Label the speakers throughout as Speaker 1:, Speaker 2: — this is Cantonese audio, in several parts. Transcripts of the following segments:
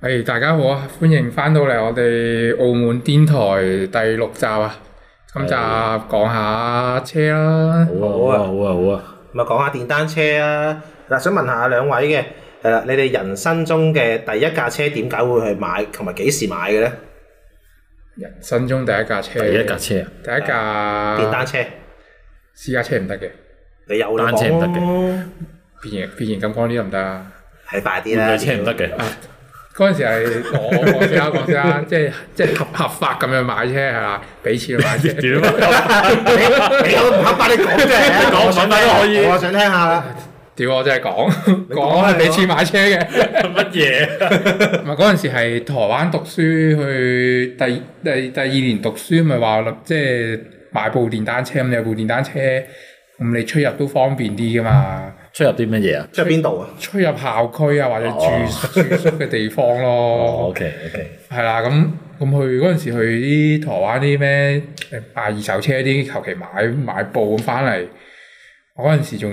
Speaker 1: 係、大家好啊！歡迎翻到嚟我哋澳門電台第六集啊！今集講下車啦，
Speaker 2: 好啊，好啊，好啊！
Speaker 3: 咪講下電單車啊！嗱，想問下兩位嘅，係啦，你哋人生中嘅第一架車點解會去買，同埋幾時買嘅咧？
Speaker 1: 人生中第一架車，
Speaker 2: 第一架車啊，
Speaker 1: 第一架
Speaker 3: 電單車，
Speaker 1: 私家車唔得嘅，
Speaker 3: 你有
Speaker 2: 單車唔得
Speaker 3: 嘅，
Speaker 1: 變形變形金剛呢啲唔得啊！
Speaker 3: 睇快啲啦！
Speaker 2: 換架車唔得嘅，
Speaker 1: 嗰陣時係 我我先啦，講先啦，即係即係合合法咁樣買車係啦，俾錢去買車。
Speaker 2: 點啊？
Speaker 3: 你，你都唔肯把你講出嚟啊！
Speaker 2: 講乜都可以
Speaker 3: 我想聽下啦。
Speaker 1: 屌我真係講
Speaker 3: 講
Speaker 1: 講
Speaker 3: 啊
Speaker 1: 係俾錢買車嘅。
Speaker 2: 乜嘢？
Speaker 1: 唔係嗰陣時係台灣讀書去第第第二年讀書，咪話即係買部電單車，咁你有部電單車，咁你出入都方便啲噶嘛。
Speaker 2: 出入啲乜嘢啊？
Speaker 3: 出邊度啊？
Speaker 1: 出入校區啊，或者住住宿嘅地方
Speaker 2: 哦
Speaker 1: 咯，
Speaker 2: ，OK OK，
Speaker 1: 係啦，咁咁去嗰陣時去啲台灣啲咩誒賣二手車啲，求其買買部咁翻嚟，我嗰陣時仲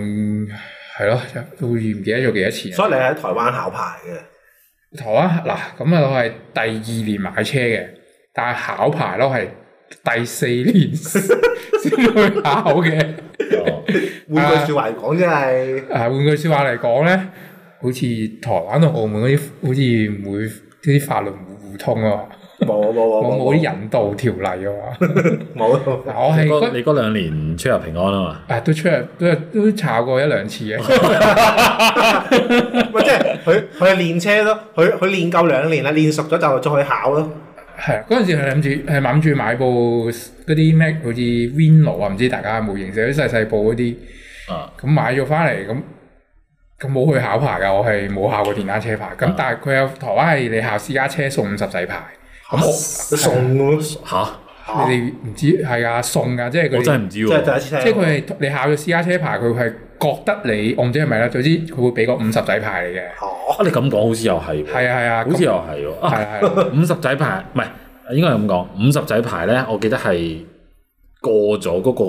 Speaker 1: 係咯，都唔記得咗幾多錢啊。
Speaker 3: 所以你喺台灣考牌嘅，
Speaker 1: 台灣嗱，咁啊我係第二年買車嘅，但係考牌咯係第四年先去考嘅。
Speaker 2: 哦
Speaker 3: 換句説話嚟講，真係
Speaker 1: 啊，換句説話嚟講咧，好似台灣同澳門嗰啲好似唔會啲法律唔互通啊，
Speaker 3: 冇冇
Speaker 1: 我
Speaker 3: 冇
Speaker 1: 冇啲引導條例啊嘛。
Speaker 3: 冇
Speaker 1: 嗱我係
Speaker 2: 你嗰
Speaker 1: 嗰
Speaker 2: 你嗰兩年出入平安啊嘛？
Speaker 1: 啊都出入都都炒過一兩次嘅。
Speaker 3: 冇，咪即係佢佢係練車咯，佢佢練夠兩年啦，練熟咗就再去考咯。
Speaker 1: 係啊，嗰陣時係諗住係諗住買部嗰啲咩，好似 Vino 啊，唔知大家有冇認識啲細細部嗰啲。
Speaker 2: 啊，
Speaker 1: 咁買咗翻嚟，咁咁冇去考牌㗎，我係冇考過電單車牌。
Speaker 2: 嗯
Speaker 1: 咁但係佢有台灣係你考私家車送五十仔牌，
Speaker 3: 嚇佢送喎
Speaker 2: 吓？
Speaker 3: 嚇
Speaker 1: 你哋唔知係啊送㗎，即係
Speaker 2: 我
Speaker 1: 佢
Speaker 2: 真
Speaker 1: 哋
Speaker 2: 係唔知
Speaker 3: 即係
Speaker 2: 喎。
Speaker 3: 第一次
Speaker 1: 即係
Speaker 3: 聽
Speaker 1: 佢係你考咗私家車牌，佢係覺得你我唔知係咪啦，總之佢會俾個五十仔牌你嘅。
Speaker 3: 哦，
Speaker 2: 啊，你咁講好似又係喎，
Speaker 1: 係啊係啊，
Speaker 2: 好似又係喎。啊，
Speaker 1: 係啊係啊，
Speaker 2: 五十仔牌唔係應該係咁講，五十仔牌咧，我記得係過咗嗰個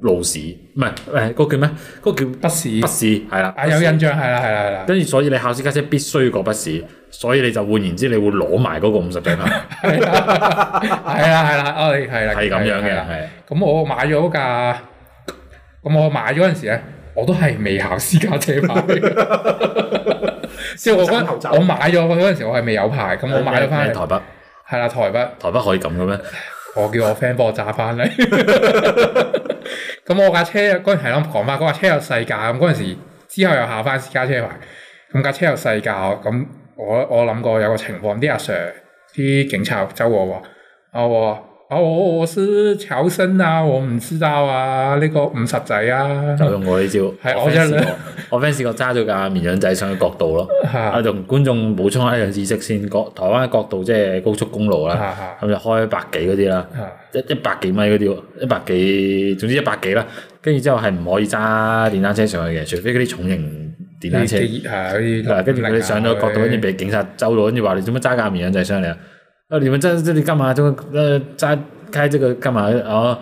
Speaker 2: 路試，唔係誒嗰個叫咩？嗰個叫
Speaker 1: 筆試
Speaker 2: 筆試係啦。
Speaker 1: 啊有印象係啦係啦係啦，
Speaker 2: 跟住所以你考私家車必須過筆試，所以你就換言之，你會攞埋嗰個五十仔牌，
Speaker 1: 係啦係啦係啦，我哋係啦
Speaker 2: 係咁樣
Speaker 1: 係
Speaker 2: 嘅，
Speaker 1: 啦
Speaker 2: 係
Speaker 1: 咁我買咗嗰架，咁我買咗嗰陣時咧，我都係未考私家車 牌，即係我
Speaker 3: 斬頭斬
Speaker 1: 嗰
Speaker 3: 尾
Speaker 1: 我買咗嗰陣時，我係未有牌，咁我買咗翻
Speaker 2: 咩
Speaker 1: 嚟，
Speaker 2: 台北，
Speaker 1: 係啦台北，
Speaker 2: 台北可以咁嘅咩？
Speaker 1: 我叫我 friend 幫我揸翻嚟。咁我架車嗰陣係諗講翻，嗰架車有細價，咁嗰陣時之後又下翻私家車牌，咁架車有細價，咁我我諗過有個情況，啲阿 Sir 啲警察周我話，啊我話啊我我是僑生啊，我唔知道啊呢、個五十仔啊，
Speaker 2: 就用我呢招，
Speaker 1: 係
Speaker 2: 我
Speaker 1: 我
Speaker 2: friend
Speaker 1: 一
Speaker 2: 試過，我 friend 試過揸咗架綿羊仔上去國道咯。啊，
Speaker 1: 嚇
Speaker 2: 同觀眾補充一樣知識先，國台灣嘅國道即係高速公路
Speaker 1: 嚇
Speaker 2: 啦，
Speaker 1: 嚇
Speaker 2: 咁就開百幾嗰啲啦，
Speaker 1: 嚇
Speaker 2: 一一百幾米嗰啲喎，一百幾，總之一百幾啦。跟住之後係唔可以揸電單車上去嘅，除非嗰啲重型電單車。
Speaker 1: 啲係嗰啲
Speaker 2: 嗱，跟住佢哋上咗角度，跟住俾警察周到，跟住話你做乜揸架綿羊仔上嚟啊？啊，你們揸這你幹嘛？就呃揸開這個幹嘛？哦，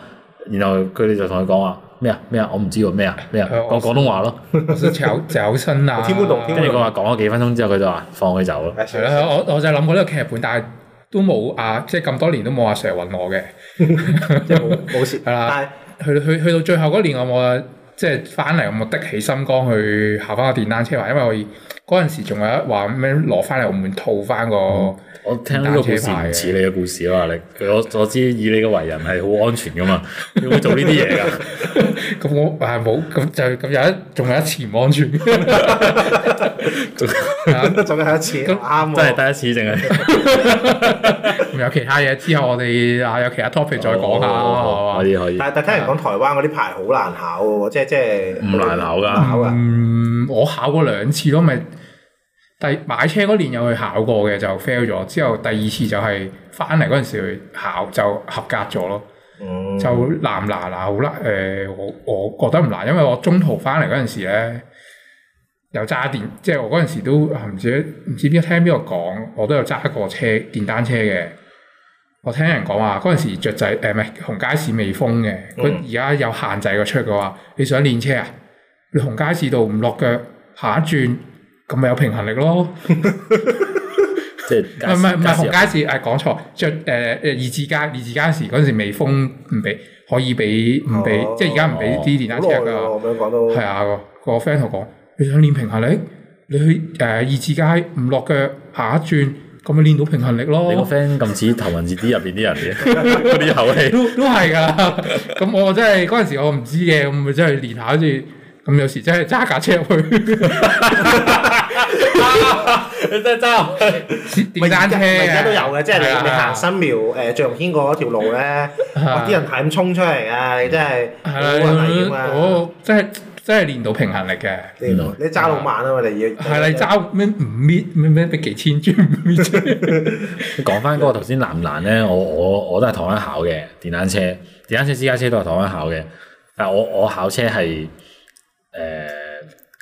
Speaker 2: 然後佢哋就同佢講話咩啊咩啊，我唔知喎咩啊咩啊，
Speaker 1: 係我
Speaker 2: 講廣東話咯。
Speaker 1: 我是僑僑生啊，
Speaker 3: 我聽不懂聽不
Speaker 2: 跟
Speaker 3: 懂
Speaker 2: 住佢話講咗幾分鐘之後，佢就話放佢走咯。
Speaker 1: 係啦，我我就諗過呢個劇本，但係都冇啊，即係咁多年都冇阿 Sir 揾我嘅。
Speaker 3: 即係冇冇事。
Speaker 1: 係啦
Speaker 3: 但係
Speaker 1: 去去去到最後嗰年，我我即係翻嚟，我的起心肝去考翻個電單車牌，因為我嗰陣時仲有一話咩攞翻嚟澳門套翻個，
Speaker 2: 我聽呢個故事唔似你嘅故事咯，你我我知以你嘅為人係好安全噶嘛，你會做呢啲嘢㗎？
Speaker 1: 咁、我係冇，咁就咁有一仲有一次唔安全，
Speaker 3: 仲有一次啱喎，
Speaker 2: 真係得一次淨係
Speaker 1: 咁有其他嘢之後我哋啊有其他 topic 再講下，
Speaker 2: 哦
Speaker 1: 係
Speaker 2: 可
Speaker 1: 嘛
Speaker 2: 以可以，
Speaker 3: 但係但係聽人講台灣嗰啲牌好難考喎，即係即係
Speaker 2: 唔難考㗎
Speaker 3: 唔難考啊㗎。
Speaker 1: 嗯，我考過兩次咯，咪第買車嗰年有去考過嘅就 fail 咗，之後第二次就係翻嚟嗰陣時去考就合格咗咯。
Speaker 3: 嗯
Speaker 1: 就難唔難啊？好難誒、我我覺得唔難，因為我中途翻嚟嗰陣時咧，有揸電，即係我嗰陣時都啊唔知唔知邊聽邊個講，我都有揸過車電單車嘅。我聽人講話嗰陣時雀仔呃誒唔係紅街市未封嘅，佢
Speaker 3: 嗯
Speaker 1: 而家有限制個出嘅話，你想練車啊？你紅街市度唔落腳下一轉，咁咪有平衡力咯。
Speaker 2: 即
Speaker 1: 唔
Speaker 2: 係街
Speaker 3: 啊
Speaker 2: 市
Speaker 1: 係唔係
Speaker 2: 市
Speaker 1: 紅街市，誒講錯，着誒誒二字街二字街時嗰陣時未封，唔俾可以俾唔俾
Speaker 3: 哦，
Speaker 1: 即係而家唔俾啲電單車
Speaker 3: 好耐
Speaker 1: 㗎。
Speaker 3: 喎，咁樣講都
Speaker 1: 係啊，個個 friend 同我講：你想練平衡力，你去誒二字街唔落腳下一轉，咁咪練到平衡力咯。
Speaker 2: 你個 friend 咁似頭文字 D 入邊啲人嘅 嗰啲口氣，
Speaker 1: 都都係㗎啦。咁我真係嗰陣時我唔知嘅，咁咪真係練下，跟住咁有時真係揸架車入去電單車啊
Speaker 2: 真係真
Speaker 3: 咪而家都有嘅，即係你
Speaker 1: 係啊
Speaker 3: 你行新苗誒象軒嗰條路咧，哇啲人係咁衝出嚟啊！你真係
Speaker 1: 係哦
Speaker 3: 好危險
Speaker 1: 啦，
Speaker 3: 啊！
Speaker 1: 我真係真係練到平衡力嘅。
Speaker 3: 你你揸路慢啊嘛，你要
Speaker 1: 係啦，你揸咩唔搣咩咩咩幾千磚唔搣啫，
Speaker 2: 講翻嗰個頭先難唔難咧？我我我都係台灣考嘅電單車，電單車私家車都係台灣考嘅，但係我我考車係誒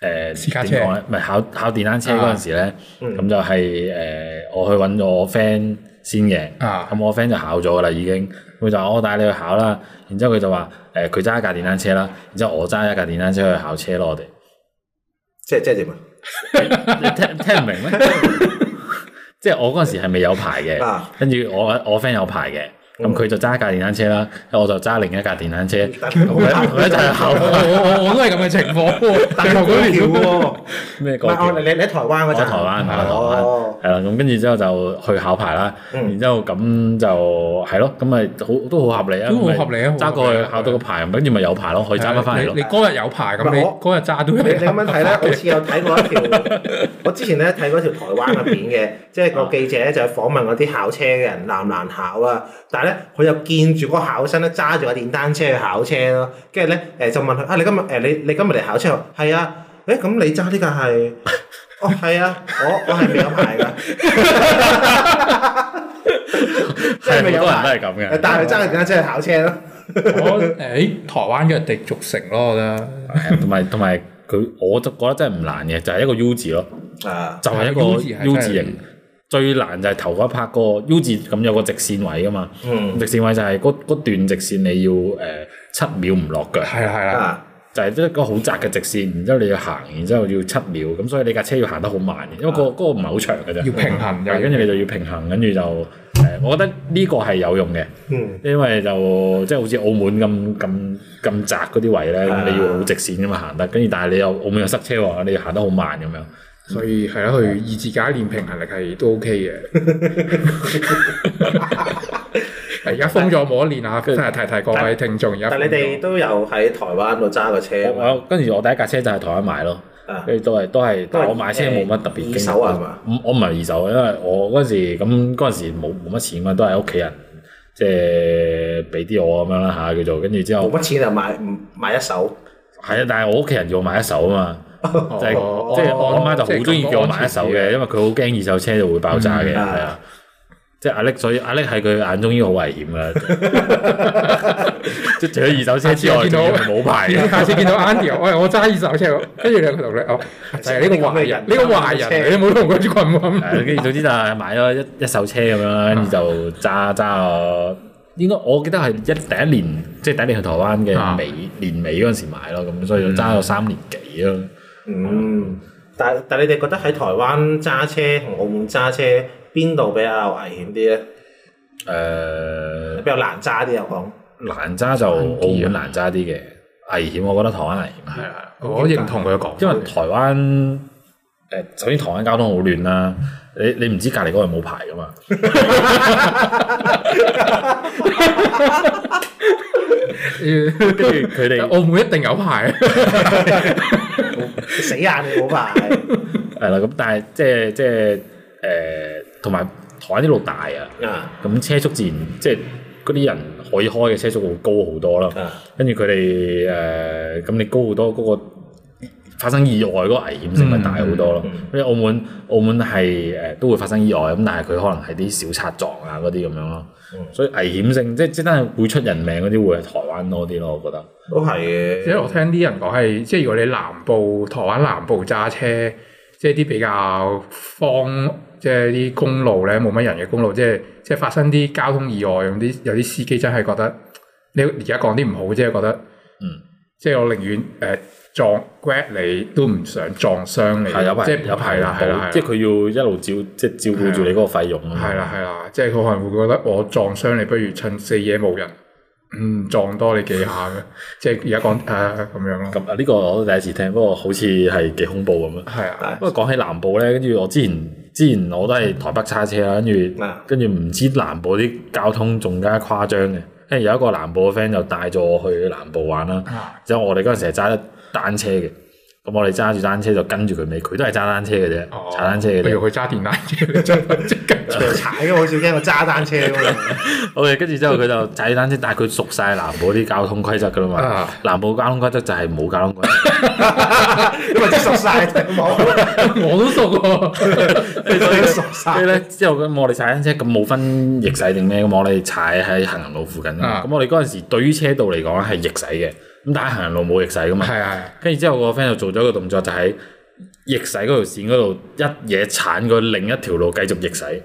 Speaker 2: 誒
Speaker 1: 私家車啊嗯
Speaker 2: 點講咧？唔係考考電單車嗰陣時咧，咁、就係、誒、我去揾我 friend 先嘅，咁、
Speaker 1: 啊
Speaker 2: 我 friend 就考咗噶啦已經，佢就話我帶你去考啦，然之後佢就話誒佢揸一架電單車啦，然之後我揸一架電單車去考車咯，我哋。
Speaker 3: 即係即係點啊？
Speaker 2: 你 聽聽唔明咩？即係我嗰陣時係未有牌嘅
Speaker 3: 啊，嗯
Speaker 2: 跟住我我 friend 有牌嘅，咁佢就揸一架電單車啦，我就揸另一架電單車，
Speaker 3: 但係
Speaker 2: 我 哋我哋一齊考
Speaker 1: 我哦我我我都係咁嘅情況 喎。
Speaker 3: 但
Speaker 1: 最
Speaker 3: 係
Speaker 1: 後嗰年
Speaker 3: 橋
Speaker 1: 都
Speaker 3: 喎，
Speaker 2: 咩
Speaker 3: 唔
Speaker 2: 過
Speaker 3: 係
Speaker 2: 橋
Speaker 3: 我？你你你喺台灣嗰
Speaker 2: 我
Speaker 3: 陣，啊
Speaker 2: 喺台灣，我喺台
Speaker 3: 哦
Speaker 2: 灣，係啦，咁跟住之後就去考牌啦，
Speaker 3: 嗯
Speaker 2: 然之後咁就係咯，咁咪好都好合理啊，
Speaker 1: 都好合理啊
Speaker 2: 咁咪揸過去考到個牌，跟住咪有牌咯，可以揸翻翻嚟
Speaker 1: 你你
Speaker 2: 咯，
Speaker 1: 嗰日有牌咁，
Speaker 3: 唔
Speaker 1: 你
Speaker 3: 係我
Speaker 1: 嗰日揸到
Speaker 3: 你
Speaker 1: 有
Speaker 3: 你咁樣睇咧，
Speaker 1: 牌
Speaker 3: 好似有睇過一條， 我之前咧睇過一條台灣嘅片嘅，即係個記者咧就訪問嗰啲考車嘅人難唔難考啊，但係咧佢又見住個考生咧揸住個電單車去考車咯，跟住咧誒就問佢啊你今日誒你你今日嚟考車喎？係啊，誒咁你揸呢架係？哦係啊，我我係未有牌㗎，
Speaker 2: 係好多
Speaker 3: 即係未
Speaker 2: 人
Speaker 3: 有
Speaker 2: 都
Speaker 3: 牌
Speaker 2: 係，咁嘅
Speaker 3: 但。係佢揸架電單車去考車咯。
Speaker 1: 我誒台灣嘅地軸城咯，我覺得
Speaker 2: 係啊同埋同埋佢，我就覺得真係唔難嘅，就係、一個 U 字咯，
Speaker 3: 啊，
Speaker 2: 就係、一個
Speaker 1: U 字係
Speaker 2: U
Speaker 1: 真係
Speaker 2: 字形。最難就係頭嗰一 part 個 U 字咁有個直線位噶嘛，
Speaker 3: 嗯
Speaker 2: 直線位就係嗰嗰段直線你要誒七、秒唔落腳，
Speaker 1: 係啦係啦。
Speaker 3: 啊。
Speaker 2: 就係一個好窄嘅直線，然之後你要行，然之後要七秒，咁所以你架車要行得好慢嘅，因為、個嗰、個唔係好長嘅啫。
Speaker 1: 啊要平衡又
Speaker 2: 係跟住你就要平衡，跟住就誒、我覺得呢個係有用嘅，
Speaker 3: 嗯
Speaker 2: 因為就即係好似澳門咁咁咁窄嗰啲位咧，
Speaker 3: 係啊
Speaker 2: 咁你要好直線咁嘛行得，跟住但係你又澳門又塞車喎，你要行得好慢咁樣。
Speaker 1: 所以係啦，佢二字架練平衡力係都 OK 嘅。而家封咗冇得練啊！真係提提各位聽眾，而家
Speaker 3: 但你哋都有喺台灣度揸過車啊
Speaker 2: 我
Speaker 3: 嘛？
Speaker 2: 我跟住我第一架車就係台灣買咯
Speaker 3: 啊，
Speaker 2: 跟住都係都係，
Speaker 3: 都係
Speaker 2: 但我買車冇乜特別經歷
Speaker 3: 二手啊係嘛？
Speaker 2: 唔我唔係二手，因為我嗰陣時咁嗰陣時冇冇乜錢啊嘛，都係屋企人即係俾啲我咁樣啦嚇叫做，跟住之後
Speaker 3: 冇乜錢就買唔買一手。
Speaker 2: 係啊，但係我屋企人要我買一手啊嘛。
Speaker 1: 就
Speaker 2: 就係
Speaker 1: 哦
Speaker 2: 即係我阿媽就好中意叫我買一手嘅，因為佢好驚二手車就會爆炸嘅，
Speaker 3: 嗯
Speaker 2: 係啊。即係阿力，所以阿力喺佢眼中已經好危險㗎啦。 即係除咗二手車之
Speaker 1: 下
Speaker 2: 外，
Speaker 1: 次見到
Speaker 2: 仲要係冇牌 嘅。
Speaker 1: 下次見到 Andy，喂，我揸二手車喎，跟住你佢同你哦，就係呢個壞人，呢個壞人，你冇同佢住群
Speaker 2: 係跟住總之就係買咗一一手車咁樣啦，跟住就揸揸我。應該我記得係一第一年，即係第一年去台灣
Speaker 1: 啊
Speaker 2: 嘅尾年尾嗰陣時買咯，咁所以就揸咗三年幾咯。
Speaker 3: 嗯，但但你哋覺得喺台灣揸車同澳門揸車邊度比較危險啲咧？
Speaker 2: 誒
Speaker 3: 比較難揸啲啊講。
Speaker 2: 難揸就澳門難揸啲啊嗯嘅，危險我覺得台灣危險。
Speaker 1: 係啦，我認同佢講，
Speaker 2: 因為台灣誒、首先台灣交通好亂啦，你你唔知隔離嗰個有冇牌噶嘛？
Speaker 1: 呃
Speaker 2: 跟住 佢哋
Speaker 1: 澳門一定有牌，
Speaker 3: 死硬你 冇牌，
Speaker 2: 係啦，咁但係即係即係誒，同、埋台灣啲路大啊，
Speaker 3: 啊
Speaker 2: 咁車速自然即係嗰啲人可以開嘅車速會高好多啦。
Speaker 3: 啊
Speaker 2: 跟住佢哋誒，呃咁、你高好多嗰、個發生意外嗰個危險性咪大好多咯。
Speaker 3: 嗯嗯
Speaker 2: 因為澳門澳門係誒、呃都會發生意外咁，但係佢可能係啲小擦撞啊嗰啲咁樣咯。
Speaker 3: 嗯
Speaker 2: 所以危險性即係即係真係會出人命嗰啲會係台灣多啲咯，我覺得。
Speaker 3: 都係
Speaker 1: 即係我
Speaker 3: 嘅。
Speaker 1: 聽啲人講係，即係如果你南部台灣南部揸車，即係啲比較荒，即係啲公路咧冇乜人嘅公路，即係即係發生啲交通意外咁啲，有啲司機真係覺得你而家講啲唔好，即係覺得
Speaker 2: 嗯
Speaker 1: 即係我寧願誒撞 grad 你都唔想撞傷你，
Speaker 2: 係有排
Speaker 1: 即係
Speaker 2: 有排
Speaker 1: 係啦係啦係啦
Speaker 2: 即係佢要一路照即係照顧住你嗰個費用啊。
Speaker 1: 係啦係啦，即係佢可能會覺得我撞傷你，不如趁四野冇人，嗯撞多你幾下嘅，即係而家講誒咁樣咯，
Speaker 2: 咁啊，呢個我都第一次聽，不過好似係幾恐怖咁樣。
Speaker 1: 係啊，
Speaker 2: 不過講起南部咧，跟住我之前之前我都係台北揸車啦，跟住
Speaker 3: 啊
Speaker 2: 跟住唔知南部啲交通仲加誇張嘅，跟住有一個南部嘅 friend 就帶咗我去南部玩啦。之後我哋嗰陣時係揸得單車嘅，咁我哋揸住單車就跟住佢尾，佢都係揸單車嘅
Speaker 1: 哦
Speaker 2: 啫，踩單車嘅
Speaker 1: 不
Speaker 2: 啫。
Speaker 1: 如佢揸電單車，你真係即刻
Speaker 3: 長踩嘅，好少驚我揸單車咁樣。
Speaker 2: OK，跟住之後佢就踩單車，但係佢熟晒南部啲交通規則㗎啦嘛。
Speaker 1: 啊，
Speaker 2: 南部交通規則就係冇交通規則。
Speaker 3: 因為熟晒 冇，
Speaker 1: 我都熟
Speaker 2: 哦
Speaker 1: 喎，
Speaker 3: 熟
Speaker 2: 跟
Speaker 3: 晒
Speaker 2: 住。咧之後咁，我哋踩單車咁冇分逆駛定咩咁，我哋踩喺行人路附近㗎嘛
Speaker 1: 啊
Speaker 2: 咁我哋嗰陣時對於車道嚟講咧係逆駛嘅，咁但 係行人路冇逆駛噶嘛。
Speaker 1: 係啊
Speaker 2: 跟住之後個 friend 就做咗一個動作，就喺逆駛嗰條線嗰度一嘢鏟過另一條路繼續逆駛，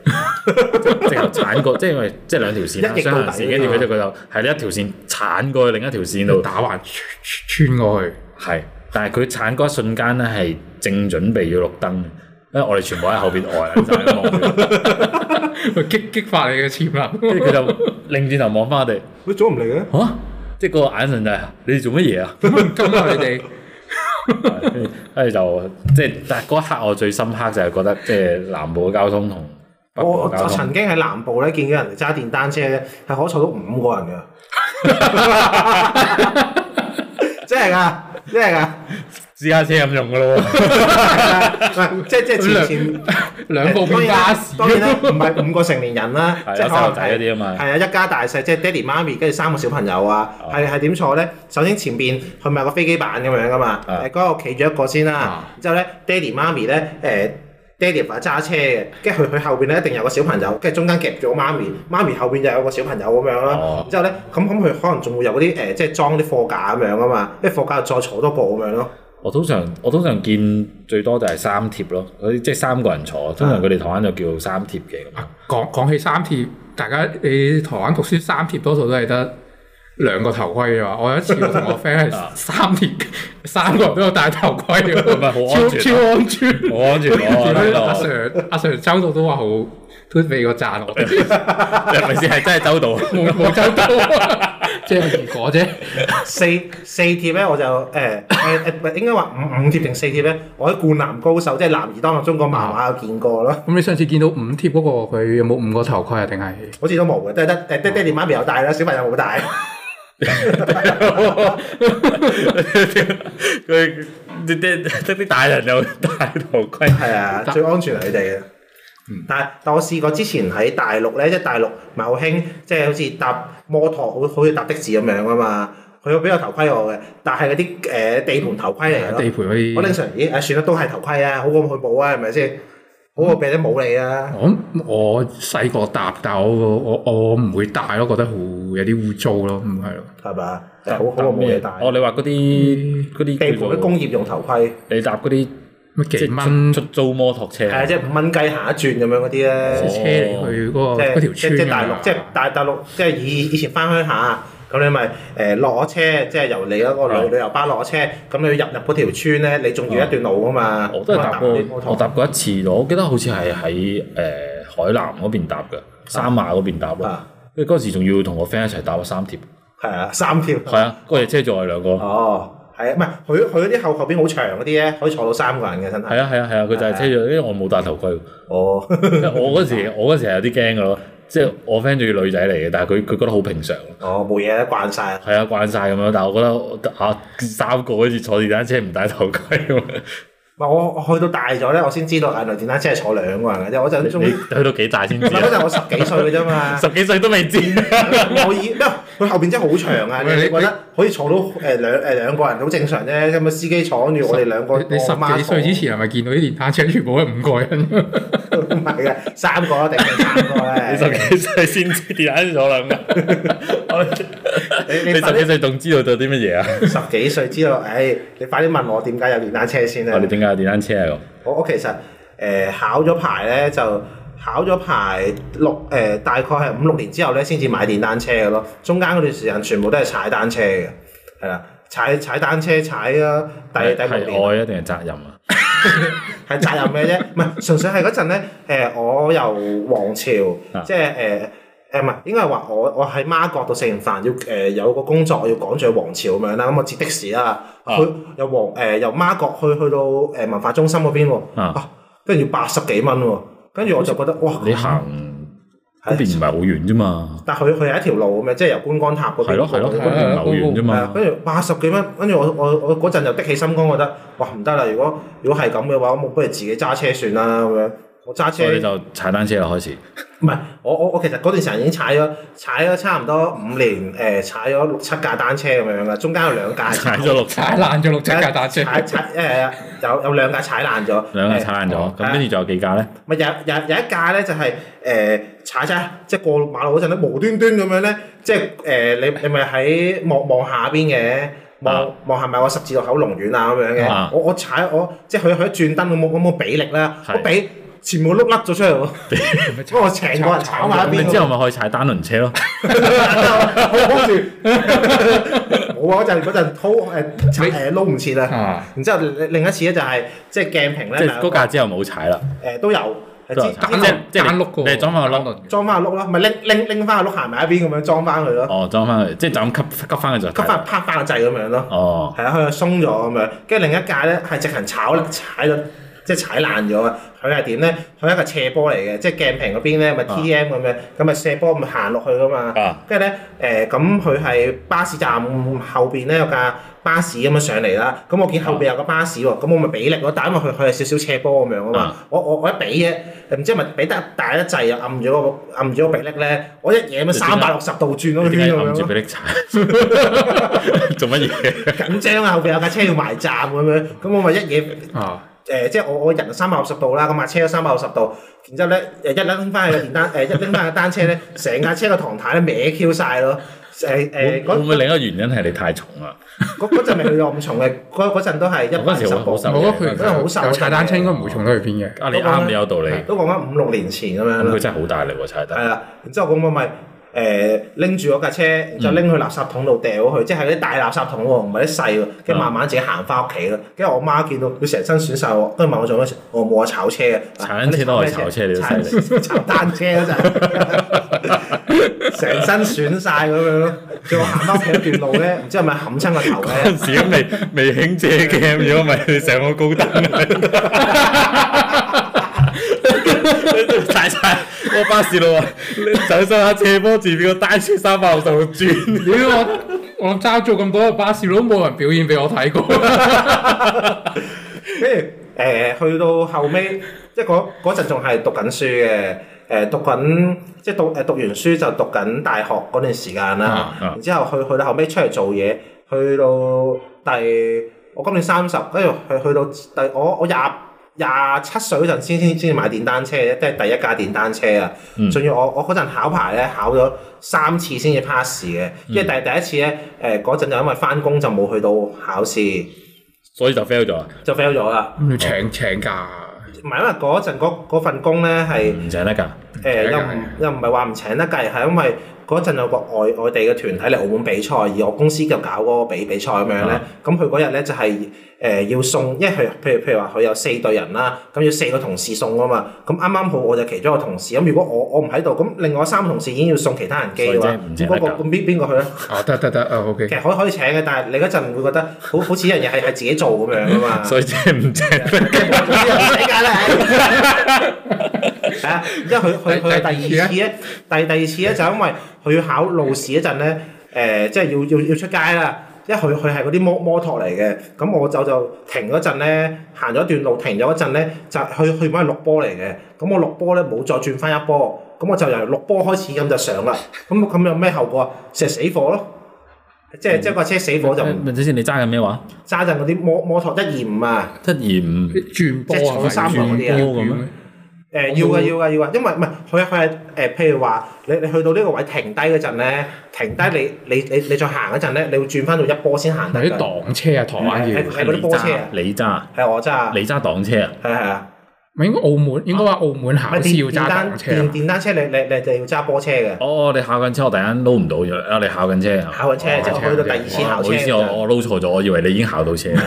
Speaker 2: 直頭鏟 過，即係因為即係兩條線啦，
Speaker 3: 一逆到
Speaker 2: 雙
Speaker 3: 底
Speaker 2: 行線，跟住佢就佢就喺呢一條線鏟過去另一條線
Speaker 1: 係啊，
Speaker 2: 度，
Speaker 1: 打橫穿穿過去，
Speaker 2: 係，但係佢鏟嗰一瞬間咧係正準備要綠燈嘅，因為我哋全部喺後邊呆啊，就喺度望住。
Speaker 1: 佢激激發你嘅潛 能。
Speaker 2: 跟住佢就擰轉頭望翻我哋，
Speaker 3: 佢早唔嚟嘅，
Speaker 2: 嚇，即係嗰個眼神就係、你哋做乜嘢啊？
Speaker 1: 咁啊，你哋
Speaker 2: 跟住跟住就即係，但係嗰一刻我最深刻就係覺得即係南部嘅交通同北
Speaker 3: 我
Speaker 2: 部
Speaker 3: 我
Speaker 2: 嘅交通
Speaker 3: 曾經喺南部咧見到人哋揸電單車咧，係可坐到五個人 嘅，真係㗎，真係㗎
Speaker 2: 私家車咁用噶咯喎，
Speaker 3: 唔係，即係即係前前。
Speaker 1: 兩部變家事，
Speaker 3: 當然啦，當然啦，唔係五個成年人啦
Speaker 2: 係，
Speaker 3: 即係
Speaker 2: 有
Speaker 3: 可
Speaker 2: 細
Speaker 3: 能
Speaker 2: 路仔嗰啲啊嘛
Speaker 3: 係啊，一家大細，即係爹哋媽咪，跟住三個小朋友啊，
Speaker 2: 哦
Speaker 3: 係係點坐咧？首先前邊佢咪有個飛機板咁樣噶嘛，
Speaker 2: 啊
Speaker 3: 誒嗰個企咗一個先啦
Speaker 1: 啊，
Speaker 3: 之後咧爹哋媽咪咧誒。爹哋爸揸車嘅，跟住佢佢後邊咧一定有個小朋友，跟住中間夾咗媽咪，媽咪後邊就有個小朋友咁樣啦。
Speaker 2: 哦
Speaker 3: 之後咧，咁咁佢可能仲會有嗰啲誒，即係裝啲貨架咁樣啊嘛，啲貨架就再坐多個咁樣咯。
Speaker 2: 我通常我通常見最多就係三貼咯，嗰啲即係三個人坐，通常佢哋台灣就叫三貼嘅咁。
Speaker 1: 啊，講講起三貼，大家你台灣讀書三貼多數都係得兩個頭盔啫嘛。我有一次我同我 friend 係
Speaker 2: 啊
Speaker 1: 三貼，三個人都有戴頭盔嘅，
Speaker 2: 唔係好安
Speaker 1: 超
Speaker 2: 全啊
Speaker 1: 超安全。
Speaker 2: 我安全啊我安全
Speaker 1: 阿 Sir 阿 Sir 周到都話好，都俾個讚我，
Speaker 2: 係咪先係真係周到？
Speaker 1: 冇冇周到，啊 即係結果啫。
Speaker 3: 四四貼咧，我就誒誒誒，唔係應該話五五貼定四貼咧，我喺灌籃高手，即係男兒當入中國漫畫有見過咯，
Speaker 1: 咁你上次見到五貼嗰個，佢有冇五個頭盔啊？定係
Speaker 3: 好似都冇嘅，都係得誒爹爹哋媽咪有戴啦，小朋友冇戴，
Speaker 2: 佢啲得啲大人有戴頭盔。
Speaker 3: 係啊，最安全係佢哋嘅。嗯但係但我試過之前喺大陸咧，即係大陸咪好興，即係好似搭摩托，好好似搭的士咁樣啊嘛。佢有俾個頭盔我嘅，但係嗰啲誒地盤頭盔嚟嘅
Speaker 1: 地
Speaker 3: 咯。
Speaker 1: 盤嗰啲
Speaker 3: 我？拎上嚟，咦誒算啦，都係頭盔啊，好過佢冇啊，係咪先？好過俾啲冇你啊。
Speaker 1: 我我細個搭，但係我我我唔會戴咯，覺得好有啲污糟咯，唔係咯。
Speaker 3: 係嘛？好好過冇嘢戴。
Speaker 2: 哦，你話嗰啲嗰啲
Speaker 3: 地
Speaker 2: 叫
Speaker 3: 盤
Speaker 2: 做
Speaker 3: 啲工業用頭盔，
Speaker 2: 你搭嗰啲
Speaker 1: 乜
Speaker 2: 即
Speaker 1: 幾
Speaker 2: 係
Speaker 1: 蚊
Speaker 3: 哦
Speaker 2: 出出租摩托車
Speaker 3: 係啊，即係五蚊雞下一轉咁樣嗰啲
Speaker 1: 車
Speaker 3: 咧，
Speaker 1: 嚟去嗰
Speaker 2: 哦
Speaker 1: 個
Speaker 3: 即
Speaker 1: 嗰條
Speaker 3: 係即係
Speaker 1: 村啊
Speaker 3: 即
Speaker 1: 㗎
Speaker 2: 啊
Speaker 3: 係大陸，即係大大陸，即係以以前翻鄉下，咁你咪誒落咗車，即係由你嗰個
Speaker 2: 係
Speaker 3: 旅旅遊巴落咗車，咁你要入入嗰條村咧，你仲要一段路啊嘛，
Speaker 2: 哦我都係搭
Speaker 3: 咁啊
Speaker 2: 過，我搭
Speaker 3: 搭
Speaker 2: 過一次咯。我記得好似係喺誒海南嗰邊搭嘅，三亞嗰邊搭
Speaker 3: 啲
Speaker 2: 咯。
Speaker 3: 啊，
Speaker 2: 跟住嗰時仲要同我 friend 一齊搭咗三貼，
Speaker 3: 係啊，三條，
Speaker 2: 係啊，嗰隻車仲我哋兩個，
Speaker 3: 哦，係啊，唔係佢佢嗰啲後後邊好長嗰啲咧，可以坐到三個人嘅真係，
Speaker 2: 係啊係啊係啊，佢就係車咗，因為我冇戴頭盔喎。
Speaker 3: 哦，
Speaker 2: 因為我嗰
Speaker 3: 啊
Speaker 2: 時我嗰時係有啲驚嘅咯，即係我 friend 仲要女仔嚟嘅，但係佢佢覺得好平常，
Speaker 3: 哦冇嘢啦，慣晒。
Speaker 2: 係啊慣晒咁樣，但係我覺得啊三個好似坐電單車唔戴頭盔咁樣，
Speaker 3: 唔係我我去到大咗咧，我先知道啊原來電單車係坐兩個人嘅啫，我就終
Speaker 2: 你
Speaker 3: 於。
Speaker 2: 去到幾大先知
Speaker 3: 唔係嗰
Speaker 2: 啊？
Speaker 3: 陣我十幾歲嘅啫嘛，
Speaker 2: 十幾歲都未知，
Speaker 3: 我以咩？佢後邊真係好長啊！你
Speaker 1: 喂你
Speaker 3: 你覺得可以坐到誒兩誒兩個人好正常啫，咁啊司機坐跟住我哋兩個，
Speaker 1: 你你
Speaker 3: 我媽
Speaker 1: 十幾歲之前係咪見到啲電單車全部都係五個人？
Speaker 3: 坐唔係嘅，三個一定係三個
Speaker 2: 你
Speaker 3: 咧。
Speaker 2: 十幾歲先知電單車坐兩個，我你
Speaker 3: 你你快
Speaker 2: 十幾
Speaker 3: 啲
Speaker 2: 歲仲知道咗啲乜嘢啊？
Speaker 3: 十幾歲知道，誒你快啲問我點解有電單車先
Speaker 2: 我哋
Speaker 3: 啦。
Speaker 2: 點解有電單車啊？
Speaker 3: 我我其實誒考咗牌咧就。考咗牌六誒，大概係五六年之後咧，先至買電單車嘅咯。中間嗰段時間全部都係踩單車嘅，係啦。踩踩單車踩啊，第第六
Speaker 2: 係
Speaker 3: 年
Speaker 2: 愛啊定係責任啊？
Speaker 3: 係責任嘅啫， 唔係純粹係嗰陣咧，誒、我由皇朝
Speaker 2: 啊
Speaker 3: 即係誒誒唔係應該係話我我喺媽閣度食完飯要誒、有個工作要趕住去皇朝咁樣啦，咁我截的士啦，
Speaker 2: 啊
Speaker 3: 去由皇誒、由媽閣去去到誒、文化中心嗰邊喎，
Speaker 2: 啊
Speaker 3: 啊跟住要八十幾蚊喎，跟住我就覺得哇，
Speaker 2: 你行嗰邊唔係好遠啫嘛，
Speaker 3: 但係佢佢係一條路咁樣，即係由觀光塔嗰邊
Speaker 2: 係咯係咯，
Speaker 3: 過
Speaker 2: 嗰邊
Speaker 3: 去
Speaker 2: 唔係好遠啫
Speaker 3: 係啊
Speaker 2: 嘛，
Speaker 3: 跟住八十幾蚊，跟住我我我嗰陣就的起心肝，覺得哇唔得啦！如果如果係咁嘅話，咁我不如自己揸車算啦咁樣。我揸車
Speaker 2: 所以你就踩單車啦開始。
Speaker 3: 唔係我我我其實嗰段時間已經踩咗踩咗差唔多五年，誒、踩咗六七架單車咁樣啦，中間有兩架係
Speaker 2: 踩咗六
Speaker 1: 踩爛咗六七架單車，
Speaker 3: 踩踩誒、有有兩架踩爛咗，
Speaker 2: 兩架踩爛咗，咁跟住仲有幾架咧？
Speaker 3: 咪有有有一架咧就係、誒、踩踩，即係過馬路嗰陣咧，無端端咁樣咧，即係誒、你你咪喺望望下邊嘅，
Speaker 2: 啊
Speaker 3: 望望下咪我十字路口龍苑啊咁樣嘅、
Speaker 2: 啊
Speaker 3: 我我踩我即係佢佢一轉燈，我冇我冇俾力啦，
Speaker 2: 係
Speaker 3: 我俾前部碌甩咗出嚟喎，不 過我成個人炒埋一
Speaker 2: 咁
Speaker 3: 邊
Speaker 2: 你之後咪可以踩單輪車咯，
Speaker 3: 我好住，冇啊！嗰陣嗰陣好誒踩
Speaker 1: 你
Speaker 3: 誒撈唔切啦。
Speaker 1: 啊，
Speaker 3: 然之後另另一次咧就係即係鏡屏咧，
Speaker 2: 即係
Speaker 3: 兩個
Speaker 2: 嗰架之後冇踩啦，
Speaker 3: 誒都有，
Speaker 2: 都
Speaker 3: 之
Speaker 2: 有踩，即
Speaker 3: 之後
Speaker 2: 係即係
Speaker 1: 單
Speaker 2: 你
Speaker 1: 碌嘅喎
Speaker 2: 你係裝翻個
Speaker 1: 單
Speaker 2: 窿，
Speaker 1: 輪嘅
Speaker 3: 裝翻個碌咯，咪拎拎拎翻個碌行埋一邊咁樣裝翻佢咯，
Speaker 2: 哦裝翻去，即係就咁吸吸翻佢就
Speaker 3: 吸
Speaker 2: 踩啦
Speaker 3: 翻拍翻個掣咁樣咯。
Speaker 2: 哦，
Speaker 3: 係啊，佢就鬆咗咁樣，跟住另一架咧係直行炒踩咗，即係踩爛咗啊！佢係點咧？佢係一個斜坡嚟嘅，即係鏡屏嗰邊咧咪
Speaker 2: 啊
Speaker 3: T M 咁樣，咁咪斜坡咁行落去噶嘛。
Speaker 2: 啊
Speaker 3: 跟住咧，誒咁佢係巴士站後邊咧有架巴士咁樣上嚟啦，咁我見後邊有個巴士喎，咁我咪俾力咯，但因為佢佢係少少斜坡咁樣啊嘛
Speaker 2: 啊，
Speaker 3: 我我我一俾啫，唔知係咪俾得大得滯又暗咗個暗咗個俾力咧，我一嘢咁三百六十度轉咗
Speaker 2: 你
Speaker 3: 哦個
Speaker 2: 點解撳
Speaker 3: 啊圈咁
Speaker 2: 住
Speaker 3: 樣，
Speaker 2: 俾你踩？ 做乜嘢？
Speaker 3: 緊張啊！後邊有架車要埋站咁樣，咁我咪一嘢
Speaker 1: 啊，
Speaker 3: 誒、即係我我人三百六十度啦，咁架車都三百六十度，然之後咧誒一拎翻去個電單誒一拎翻個單車咧，成架車個唐太咧歪 Q 晒咯，誒誒
Speaker 2: 會會
Speaker 3: 嗰
Speaker 2: 唔會另一個原因係你太重啊啦？
Speaker 3: 嗰嗰陣未去到咁重嘅，嗰嗰陣都係一百
Speaker 2: 嗰陣時
Speaker 3: 十
Speaker 2: 好好
Speaker 3: 步，
Speaker 2: 瘦
Speaker 1: 我覺得
Speaker 2: 嘅，
Speaker 3: 真係好
Speaker 1: 啊佢
Speaker 3: 瘦
Speaker 1: 有踩單車應該唔會重到去邊嘅。
Speaker 2: 啊你啱你有道理，
Speaker 3: 都講緊五六年前咁樣
Speaker 2: 咁佢
Speaker 3: 啦，
Speaker 2: 真係好大力喎踩
Speaker 3: 係
Speaker 2: 得，
Speaker 3: 啦，然之後咁我咪。誒拎住嗰架車，然之後拎去垃圾桶度掉咗
Speaker 2: 嗯
Speaker 3: 佢，即係嗰啲大垃圾桶喎，唔係啲細喎，跟住慢慢自己行翻屋企啦。
Speaker 2: 嗯
Speaker 3: 跟住我媽見到佢成身損晒喎，跟住問我做咩事，我冇話炒車啊嘅，
Speaker 2: 踩 單車都可以炒車你都犀利。
Speaker 3: 踩單車嗰 陣，成身損晒咁樣咯。叫我行翻屋企一段路咧，唔知係咪冚親個頭
Speaker 2: 嗰
Speaker 3: 咧？
Speaker 2: 陣時都未未興遮 cam，如果唔係你上個高 登啊大晒我巴士路啊！你上上下斜坡，前面個單車三百六十度轉，
Speaker 1: 屌我，我揸咗咁多個巴士都冇人表演俾我睇過。
Speaker 3: 跟住誒，去到後尾，即係嗰嗰陣仲係讀緊書嘅。誒讀緊即係讀誒讀完書就讀緊大學嗰段時間啦，
Speaker 2: 啊啊
Speaker 3: 然之後去去到後尾出嚟做嘢，去到第我今年三十，跟住去去到第我我廿廿七歲嗰陣先先先買電單車，即係第一架電單車啊！
Speaker 2: 嗯
Speaker 3: 仲要我我嗰陣考牌咧，考咗三次先至 pass
Speaker 2: 嗯
Speaker 3: 嘅，因為第第一次咧誒嗰陣就因為翻工就冇去到考試，
Speaker 2: 所以就 fail 咗啊！
Speaker 3: 就 fail 咗啦。
Speaker 1: 咁要請請假，
Speaker 3: 唔係因為嗰陣嗰嗰份工咧係
Speaker 2: 嗯唔請得㗎，啊
Speaker 3: 誒又唔
Speaker 1: 係
Speaker 3: 又唔係話唔請得計，係因為嗰陣有個外外地嘅團體嚟澳門比賽，而我公司就搞嗰個比比賽咁樣咧
Speaker 2: 啊。
Speaker 3: 咁佢嗰日咧就係、誒、要送，因為佢譬如譬如話佢有四隊人啦，咁要四個同事送啊嘛。咁啱啱好我就其中一個同事，咁如果我我唔喺度，咁另外三個同事已經要送其他人機嘅話，
Speaker 2: 所
Speaker 3: 咁
Speaker 2: 以真係唔請得
Speaker 3: 嗰、個
Speaker 2: 㗎
Speaker 3: 咁邊邊個去咧？
Speaker 1: 啊得得得，啊 OK
Speaker 3: 其。實可以可以請嘅，但係你嗰陣會覺得好好似一樣嘢係係自己做咁樣啊 嘛。
Speaker 2: 所以即係唔請得。
Speaker 3: 死架啦！係啊，因為佢 佢佢第二次啊咧，第第二次咧就因為佢要考路試嗰陣咧，誒、即係要要要出街啦。因為佢佢係嗰啲摩摩托嚟嘅，咁我就就停嗰陣咧，行咗一段路停咗嗰陣咧，就去去唔係六波嚟嘅，咁我六波咧冇再轉翻一波，咁我就由六波開始咁就上啦，咁咁有咩後果啊？成死火咯，即係即係架車死火就唔
Speaker 2: 問陣先，你揸緊咩話？
Speaker 3: 揸陣嗰啲摩摩托一二五啊！
Speaker 2: 七二五
Speaker 1: 轉波
Speaker 3: 即係
Speaker 1: 啊，
Speaker 3: 坐三
Speaker 1: 轉
Speaker 3: 個嗰啲啊
Speaker 1: 波咁樣。
Speaker 3: 誒、要㗎要㗎要啊㗎，因為唔係佢佢係誒，譬如話你你去到呢個位停低嗰陣咧，停低你你你你再行嗰陣咧，你會轉翻到一波先行
Speaker 1: 有
Speaker 3: 得
Speaker 1: 啲
Speaker 3: 㗎。
Speaker 1: 擋車啊，台灣
Speaker 3: 係
Speaker 1: 叫
Speaker 3: 係嗰啲波車啊
Speaker 2: 你揸，
Speaker 3: 係我揸，係
Speaker 2: 你揸擋車啊！
Speaker 3: 係啊，
Speaker 1: 唔係應該澳門，應該話澳門考
Speaker 3: 咪
Speaker 1: 試
Speaker 3: 電
Speaker 1: 要
Speaker 3: 電
Speaker 1: 揸
Speaker 3: 單
Speaker 1: 檔車
Speaker 3: 電
Speaker 1: 啊
Speaker 3: 電單車，你你你就要揸波車嘅，
Speaker 2: 哦，你考緊車，我突然間撈唔到咗。啊，你考緊車啊？
Speaker 3: 考緊車就
Speaker 1: 考緊車
Speaker 3: 去到第二次
Speaker 2: 哇
Speaker 3: 考
Speaker 2: 唔
Speaker 3: 車啊
Speaker 2: 好意思，
Speaker 3: 㗎
Speaker 2: 我我撈錯咗，我以為你已經考到車。
Speaker 3: 誒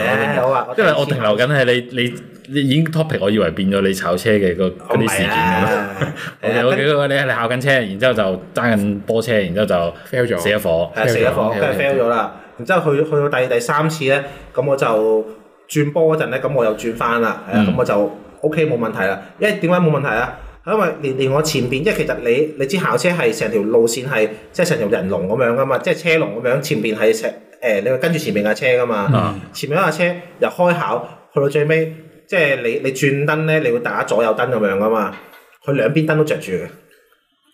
Speaker 3: 好啊，
Speaker 2: 因為我停留緊係你你你已經 topic，我以為變咗你炒車嘅個
Speaker 3: 啊
Speaker 2: 嗰啲事件咁啦。 我哋有幾個你你考緊車，然之後就揸緊波車，然之後就
Speaker 1: ，fail
Speaker 2: 死
Speaker 1: 咗。
Speaker 2: 咗火。
Speaker 3: 係死咗火，跟住 fail 咗啦。然之後去去到第第三次咧，咁我就轉波嗰陣咧，咁我又轉翻啦，係啊，
Speaker 2: 嗯
Speaker 3: 咁我就 OK 冇問題啦。因為點解冇問題啊？因為連連我前邊，因為其實你你知校車係成條路線係即係成條人龍咁樣噶嘛，即係車龍咁樣，前邊係成誒你會跟住前面架車噶
Speaker 1: 嗯
Speaker 3: 嘛，
Speaker 2: 啊
Speaker 3: 前面嗰架車由開考去到最尾，即係你你轉燈咧，你會打左右燈咁樣噶嘛，佢兩邊燈都着住嘅。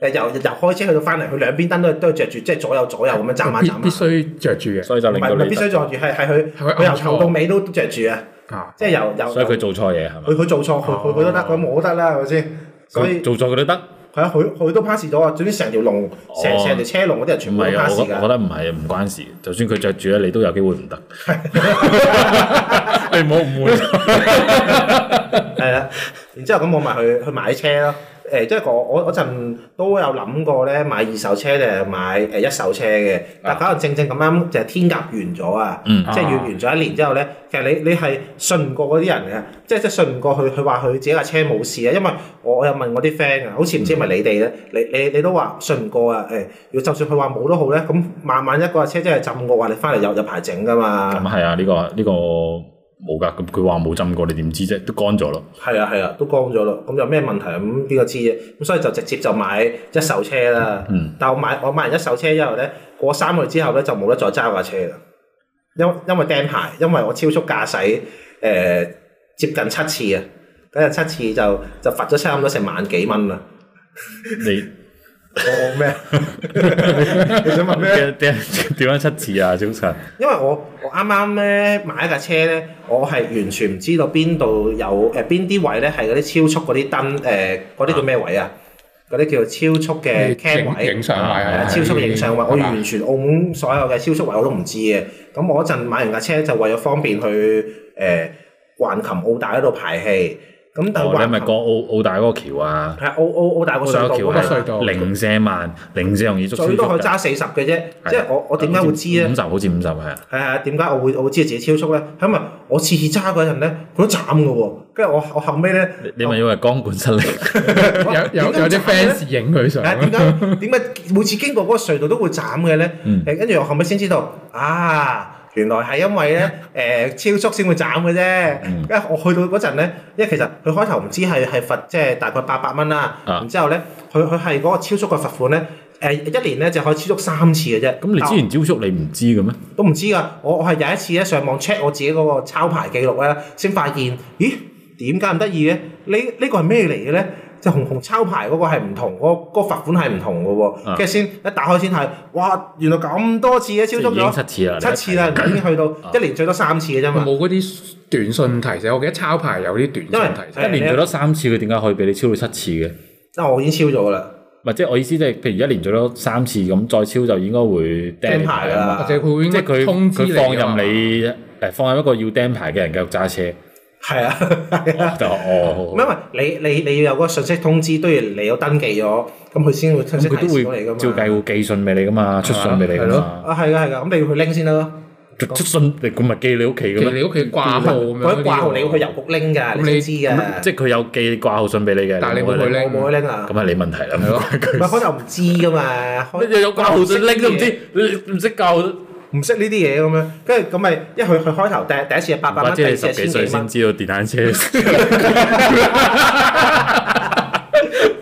Speaker 3: 誒由由開車去到翻嚟，佢兩邊燈都都係着住，即係左右左右咁樣斬下斬
Speaker 1: 必
Speaker 3: 下。
Speaker 1: 必須着住嘅
Speaker 2: 所以就
Speaker 3: 唔
Speaker 2: 令
Speaker 3: 係
Speaker 2: 到
Speaker 3: 唔係必
Speaker 2: 你，
Speaker 3: 須着住，係係佢
Speaker 1: 係佢
Speaker 3: 佢由
Speaker 1: 暗
Speaker 3: 頭
Speaker 1: 錯
Speaker 3: 到尾都着住啊！
Speaker 1: 啊！
Speaker 3: 即係由由
Speaker 2: 所以佢哦做錯嘢係嘛
Speaker 3: 佢？佢做錯，佢佢佢都得，咁我都得啦，係咪先？所以
Speaker 2: 佢做錯佢都得。
Speaker 3: 係啊，佢佢都 pass 咗啊！總之成條龍，成
Speaker 2: 哦
Speaker 3: 成條車龍嗰啲
Speaker 2: 唔
Speaker 3: 人全部都
Speaker 2: 係啊，我
Speaker 3: pass
Speaker 2: 覺我覺
Speaker 3: 㗎。
Speaker 2: 得唔係唔關事，就算佢着住咧，你都有機會唔 得。 你唔好誤會。
Speaker 3: 係啦，然之後咁我咪去去買車咯。誒，即係我我嗰陣都有諗過咧，買二手車定係買誒一手車嘅，但可能正正咁啱就係天鴿完咗啊！
Speaker 2: 嗯
Speaker 3: 即係要完咗一年之後咧，其實你你係信唔過嗰啲人嘅，即係即係信唔過佢，佢話佢自己架車冇事啊，因為我我有問我啲 friend 啊，好似唔知係咪你哋咧，你你你都話信唔過啊，誒、要就算佢話冇都好咧，咁慢慢一個架車真係浸過話你翻嚟有有排整噶
Speaker 2: 咁
Speaker 3: 嘛，
Speaker 2: 係啊，呢個呢個冇㗎。咁佢話冇浸過，你點知啫？都乾咗咯。
Speaker 3: 係啊係啊，都光咗咯，咁有咩問題啊咁邊個知啫？咁所以就直接就買一手車啦。
Speaker 2: 嗯
Speaker 3: 但我買我買完一手車之後咧，過三個月之後咧就冇得再揸架車啦，因因為釘牌，因為我超速駕駛誒、呃接近七次啊，咁有七次就就罰咗差唔多成萬幾蚊啦。
Speaker 2: 你
Speaker 3: 我我咩？你 想問咩？
Speaker 2: 點點點樣七次啊，早晨？
Speaker 3: 因為我我啱啱咧買一架車咧，我係完全唔知道邊度有誒邊啲位咧係嗰啲超速嗰啲燈誒嗰啲叫咩位啊？嗰啲叫超速嘅 cam
Speaker 1: 影
Speaker 3: 位。
Speaker 1: 影相位
Speaker 3: 係啊
Speaker 1: 係
Speaker 3: 超速影相位，我
Speaker 1: 係嘛
Speaker 3: 完全澳門所有嘅超速位我都唔知嘅。咁我嗰陣買完架車就為咗方便去誒、呃、橫琴澳大嗰度排氣。咁但係
Speaker 2: 哦，你係咪
Speaker 3: 橫琴
Speaker 2: 講澳澳大嗰個橋啊？
Speaker 3: 係澳澳澳大個
Speaker 2: 澳
Speaker 3: 隧
Speaker 2: 大
Speaker 3: 道
Speaker 2: 嗰
Speaker 3: 嗰
Speaker 1: 嗰個
Speaker 2: 個
Speaker 3: 個
Speaker 2: 橋啊
Speaker 1: 隧道
Speaker 2: 係零舍慢，零舍容易捉
Speaker 3: 最多可以
Speaker 2: 㗎
Speaker 3: 揸四十嘅啫。即係我我點
Speaker 2: 啊
Speaker 3: 解會知咧
Speaker 2: 五？十好似五十係啊，
Speaker 3: 係啊，點解我會我會知道自己超速咧？係因為我次次揸嗰陣咧，佢都斬嘅喎。跟住我我後尾咧，
Speaker 2: 你你咪以為光管失靈？
Speaker 1: 有有有啲 fans 影佢相
Speaker 3: 啊，點解點解每次經過嗰個隧道都會斬嘅咧？
Speaker 2: 嗯
Speaker 3: 誒，跟住我後尾先知道啊。原來係因為咧，誒、超速先會斬嘅
Speaker 2: 嗯
Speaker 3: 啫。因為我去到嗰陣咧，因為其實佢開頭唔知係係罰即係大概八百蚊啦，
Speaker 2: 啊
Speaker 3: 然之後咧，佢佢係嗰個超速嘅罰款咧，誒、一年咧就可以超速三次嘅啫。
Speaker 2: 咁你之前招叔你唔知嘅咩？
Speaker 3: 都唔知㗎，我我係有一次咧上網 check 我自己嗰個抄牌記錄咧，先發現，咦點解咁得意嘅？呢呢個係咩嚟嘅咧？即係紅紅抄牌嗰個係唔同，嗰、嗰個罰款係唔同嘅
Speaker 2: 啊
Speaker 3: 喎。跟住先一打開先睇，哇！原來咁多次嘅
Speaker 2: 即
Speaker 3: 超
Speaker 2: 係
Speaker 3: 速
Speaker 2: 已經
Speaker 3: 咗
Speaker 2: 七次啦，
Speaker 3: 七次啦， 已經去到
Speaker 2: 啊
Speaker 3: 一年最多三次嘅啫嘛。
Speaker 1: 冇嗰啲短信提醒，我記得抄牌有啲短信提
Speaker 3: 因
Speaker 1: 醒
Speaker 3: 為
Speaker 2: 一年最多三次，佢點解可以俾你超到七次嘅？
Speaker 3: 因啊為我已經超咗㗎啦，
Speaker 2: 唔係即係我意思，即係譬如一年最多三次咁，再超就應該會
Speaker 3: 釘
Speaker 2: 釘
Speaker 3: 牌
Speaker 2: 牌
Speaker 3: 㗎
Speaker 2: 啊嘛。
Speaker 1: 或
Speaker 3: 啦
Speaker 1: 者，佢會應
Speaker 2: 即
Speaker 1: 該
Speaker 2: 係佢
Speaker 1: 通知
Speaker 2: 佢放任
Speaker 1: 你
Speaker 2: 你誒放任一個要釘牌嘅人繼續揸車，
Speaker 3: 係啊，係啊。
Speaker 2: 就
Speaker 3: 唔
Speaker 2: 哦，
Speaker 3: 係因為你你你要有嗰個信息通知，都要你有登記咗，咁佢先會信
Speaker 2: 咁
Speaker 3: 息
Speaker 2: 佢
Speaker 3: 提
Speaker 2: 都會
Speaker 3: 示到你㗎嘛。
Speaker 2: 照計會寄信俾你噶嘛，出信俾你噶
Speaker 1: 係
Speaker 2: 嘛，
Speaker 3: 啊，係㗎係㗎，咁你要去拎先得咯。
Speaker 2: 出信你咁咪寄你屋企
Speaker 1: 㗎
Speaker 2: 嘅
Speaker 1: 嘛，
Speaker 2: 咩？
Speaker 1: 你屋企掛
Speaker 2: 哦
Speaker 1: 號咁樣嗰
Speaker 3: 佢
Speaker 1: 啲喎。
Speaker 3: 掛號你要去郵局拎㗎，
Speaker 1: 咁
Speaker 3: 你
Speaker 1: 你
Speaker 3: 先知㗎。
Speaker 2: 即係佢有寄掛號信俾你嘅，
Speaker 1: 但係你
Speaker 2: 冇
Speaker 1: 冇去
Speaker 2: 拎，
Speaker 1: 拎
Speaker 3: 我冇得拎啊
Speaker 2: 咁，係你問題啦，
Speaker 1: 係咯
Speaker 3: 唔係開頭唔知㗎 嘛，開
Speaker 2: 你有掛號信拎都唔知，你唔識教，唔
Speaker 3: 唔識呢啲嘢咁樣，跟住咁咪一佢佢開頭第第一次係八百
Speaker 2: 怪
Speaker 3: 蚊，
Speaker 2: 之
Speaker 3: 第
Speaker 2: 你
Speaker 3: 二次
Speaker 2: 十
Speaker 3: 係
Speaker 2: 幾
Speaker 3: 千
Speaker 2: 歲
Speaker 3: 幾
Speaker 2: 先
Speaker 3: 蚊，
Speaker 2: 知道電單 車。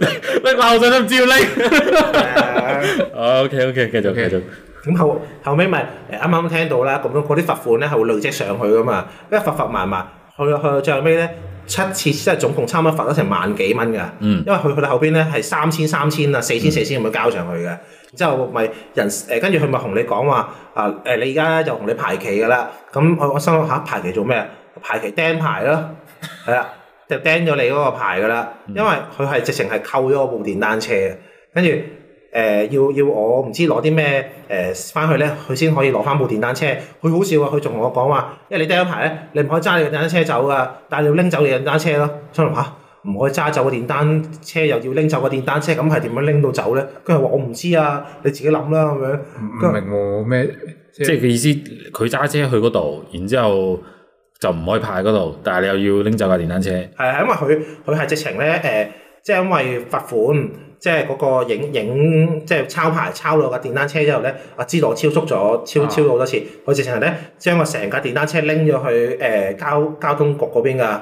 Speaker 2: 你掛號信都唔知要拎。OK
Speaker 3: 啊
Speaker 2: 哦 OK，繼續繼續。
Speaker 3: 咁後後尾咪誒啱啱聽到啦，咁樣嗰啲罰款咧係會累積上去㗎嘛，因為罰罰埋埋，去去到最後尾咧七次即係總共差唔多罰咗成萬幾蚊㗎，
Speaker 2: 嗯
Speaker 3: 因為佢去到後邊咧係三千三千啊四千四千咁樣交上去嘅，之後咪人誒跟住佢咪同你講話啊誒你而家就同你排期㗎啦，咁我我心諗嚇排期做咩啊？排期釘牌咯，係啦，就釘咗你嗰個牌㗎啦，因為佢係直情係扣咗我部電單車嘅，跟住。誒、呃要要我唔知攞啲咩誒翻去咧，佢先可以攞翻部電單車。佢好笑啊！佢仲同我講話，因為你掟咗牌咧，你唔可以揸你嘅電單車走噶，但係你要拎走你嘅電單車咯。心諗嚇，唔可以揸走個電單車，又要拎走個電單車，咁係點樣拎到走咧？跟住話我唔知啊，你自己諗啦咁樣。
Speaker 1: 唔唔明喎咩？即
Speaker 2: 即
Speaker 1: 係
Speaker 2: 係佢意思，佢揸車去嗰度，然之後就唔可以派嗰度，但係你又要拎走架電單車。
Speaker 3: 係係因為佢佢係直情咧誒，即係因為罰款，即係嗰個影影即係抄牌抄落架電單車之後咧，啊知道我超速咗，超
Speaker 1: 啊
Speaker 3: 超咗好多次，佢直情係咧將個成架電單車拎咗去誒、交交通局嗰邊㗎，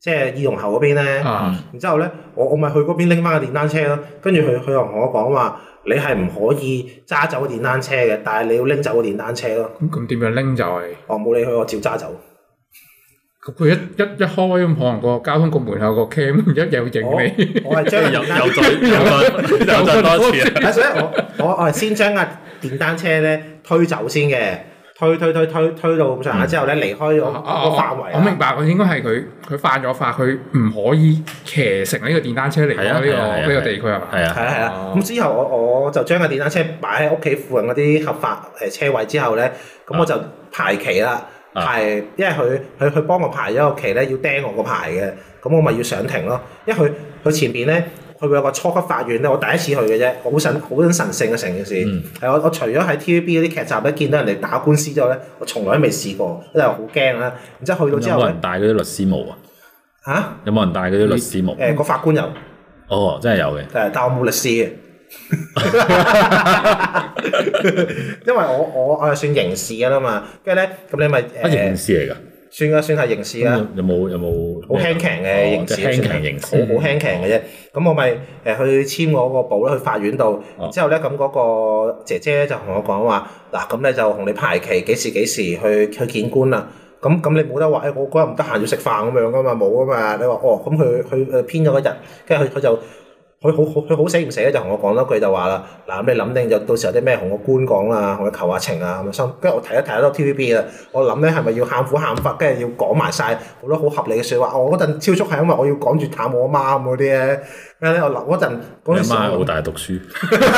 Speaker 3: 即係二龍喉嗰邊咧。
Speaker 1: 啊
Speaker 3: 然之後咧，我我咪去嗰邊拎翻個電單車咯。跟住佢佢又同我講話，你係唔可以揸走個電單車嘅，但係你要拎走個電單車咯。
Speaker 1: 咁咁點樣拎就係？
Speaker 3: 我冇理佢，我照揸走。
Speaker 1: 咁佢一一一開咁，可能個交通局門口個 cam 一有
Speaker 3: 我
Speaker 1: 影你。
Speaker 3: 我係將
Speaker 2: 又
Speaker 3: 個
Speaker 2: 又
Speaker 3: 電
Speaker 2: 再又
Speaker 3: 單
Speaker 2: 再又再多一次啊！
Speaker 3: 啊，所以我 我我係先將架電單車咧推走先嘅，推推推推推到咁上下之後咧，離開咗
Speaker 1: 哦
Speaker 3: 個範圍啊
Speaker 1: 我明
Speaker 3: 啦。
Speaker 1: 白，佢應該係佢佢犯咗法，佢唔可以騎乘呢個電單車離開
Speaker 2: 係啊
Speaker 1: 呢
Speaker 2: 係啊係啊
Speaker 1: 個呢個地區係嘛？
Speaker 2: 係
Speaker 3: 係
Speaker 2: 啊，
Speaker 3: 啊係啊，咁之後我我就將架電單車擺喺屋企附近嗰啲合法誒車位之後咧，咁我就排期啦，
Speaker 2: 啊
Speaker 3: 排因為佢佢佢幫我排咗個期咧，要釘我個牌嘅，咁我咪要上庭咯，因為佢佢前邊咧。佢會有個初級法院咧，我第一次去嘅啫，我好神好神聖嘅成件事。係、
Speaker 2: 嗯
Speaker 3: 我我除咗喺 TVB 嗰啲劇集咧見到人哋打官司之後咧，我從來都未試過，因為好驚啦。然之後去
Speaker 2: 有
Speaker 3: 到之後
Speaker 2: 冇
Speaker 3: 咧
Speaker 2: 人，戴嗰啲律師帽啊？
Speaker 3: 嚇誒、啊
Speaker 2: 有冇人戴嗰啲律師帽？
Speaker 3: 個法官有誒，
Speaker 2: 哦，真係有嘅。
Speaker 3: 但我冇律師嘅， 因為我我我係算刑事㗎啦嘛，跟住咧咁你咪
Speaker 2: 乜
Speaker 3: 誒、
Speaker 2: 啊刑事嚟㗎？
Speaker 3: 算啦算係刑事啦。
Speaker 2: 咁有冇有冇？
Speaker 3: 好輕強嘅
Speaker 2: 哦
Speaker 3: 刑
Speaker 2: 即
Speaker 3: 事，啊
Speaker 2: 係輕強刑事。
Speaker 3: 好好輕強嘅啫。咁我咪誒去簽我個簿啦，去法院度。
Speaker 2: 哦
Speaker 3: 之後咧，咁嗰個姐姐就同我講話：嗱，咁你就同你排期幾時幾時去去見官啦。咁咁你冇得話，誒我嗰日唔得閒要食飯咁樣噶嘛，冇噶嘛。你話哦，咁佢佢誒編咗個日，跟住佢佢就。佢好好佢好死唔死咧，就同我講多句就話啦，嗱咁你諗定就到時候有啲咩同個官講啦，同佢求下情啊咁樣心，跟住我睇一睇得多 TVB 啦，我諗咧係咪要喊苦喊忽，跟住要講埋晒好多好合理嘅説話。哦我嗰陣超速係因為我要趕住探我阿媽咁嗰啲咧，跟住咧我諗嗰陣
Speaker 2: 你
Speaker 3: 嗰
Speaker 2: 阿
Speaker 3: 陣時
Speaker 2: 媽
Speaker 3: 我
Speaker 2: 好大讀書，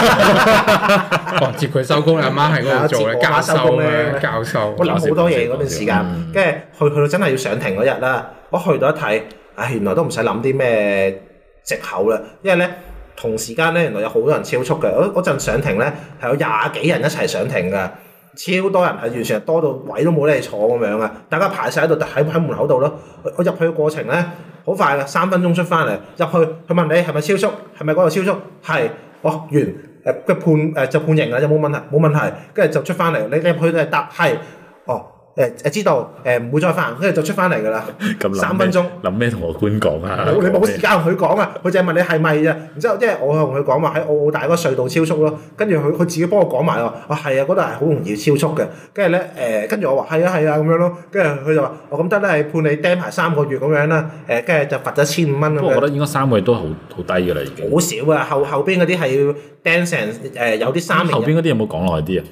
Speaker 1: 哦，接佢收工，你阿媽喺嗰度做咧，
Speaker 3: 係
Speaker 1: 教
Speaker 3: 啊接我媽收
Speaker 1: 授
Speaker 3: 工咧
Speaker 1: 咧，教授
Speaker 3: 我。諗好多嘢嗰段時間
Speaker 2: 嗯，
Speaker 3: 跟住去去到真係要上庭嗰日啦，我去到一睇，唉，原來都唔使諗啲咩藉口啦，因為咧同時間咧原來有好多人超速嘅，我嗰陣上庭咧係有廿幾人一齊上庭㗎。超多人係完全係多到位都冇得你坐咁樣啊！大家排晒喺度，喺喺門口度咯。我我入去嘅過程咧，好快㗎，三分鐘出翻嚟。入去佢問你係咪超速，係咪嗰度超速？係，哦完誒，佢判誒、就判刑啦，有冇問題？冇問題，跟住就出翻嚟。你你入去都係答係，哦誒誒、知道誒唔、會再犯，跟住就出翻嚟㗎啦。
Speaker 2: 咁諗咩
Speaker 3: 三分鐘。
Speaker 2: 諗咩同我官講啊？
Speaker 3: 冇你冇時間同佢講啊，佢就係問你係咪啫。然之後，即係我同佢講話喺澳澳大嗰個隧道超速咯，跟住佢佢自己幫我講埋話，啊係啊，嗰度係好容易超速嘅。跟住咧誒，跟住我話係啊係啊咁樣咯，跟住佢就話我咁得咧，係判你釘牌三個月咁樣啦，誒跟住就罰咗千五蚊咁
Speaker 2: 哦不過我覺
Speaker 3: 樣。
Speaker 2: 得應該三個月都好好低㗎啦，已經。
Speaker 3: 好少啊，後後邊嗰啲係要釘成誒有啲三年
Speaker 2: 後
Speaker 3: 嘅。
Speaker 2: 邊嗰啲有冇講耐啲啊？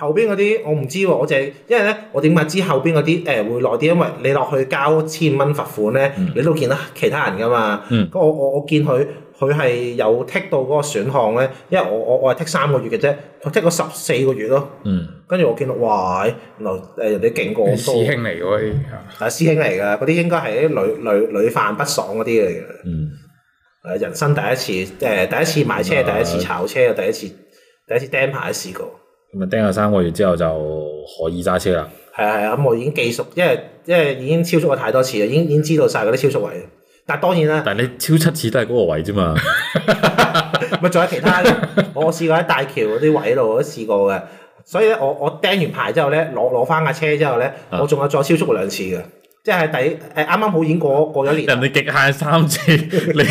Speaker 3: 後邊嗰啲我唔知喎，我就係因為咧，我點解知後邊嗰啲誒會耐啲？因為你落去交千蚊罰款咧，
Speaker 1: 嗯
Speaker 3: 你都見得其他人噶嘛。
Speaker 2: 嗯
Speaker 3: 咁我我我見佢佢係有剔到嗰個選項咧，因為我我我係剔三個月嘅啫，佢剔咗十四個月咯。
Speaker 2: 嗯，
Speaker 3: 跟住我見到哇，原來誒人哋勁過我
Speaker 1: 師
Speaker 3: 多，
Speaker 1: 兄嚟嗰啲，
Speaker 3: 係師兄嚟㗎，嗰啲應該係啲女女女犯不爽嗰啲嚟嘅。
Speaker 2: 嗯，
Speaker 3: 誒人生第一次誒、第一次買車，第一次炒車，第一次第一次釘牌試過。
Speaker 2: 咁啊釘咗三個月之後就可以揸車啦。
Speaker 3: 係啊係啊，咁我已經記熟，因為因為已經超速過太多次啦，已經已經知道晒嗰啲超速位。但係當 然啦，
Speaker 2: 但係你超七次都係嗰個位啫 嘛。
Speaker 3: 咪仲有其他嘅，我試過喺大橋嗰啲位度我都試過嘅。所以咧，我我釘完牌之後咧，攞攞翻架車之後咧，
Speaker 2: 啊
Speaker 3: 我仲有再超速過兩次嘅，即係第誒啱啱好已經過過咗年啦
Speaker 2: 人。哋極限三次，你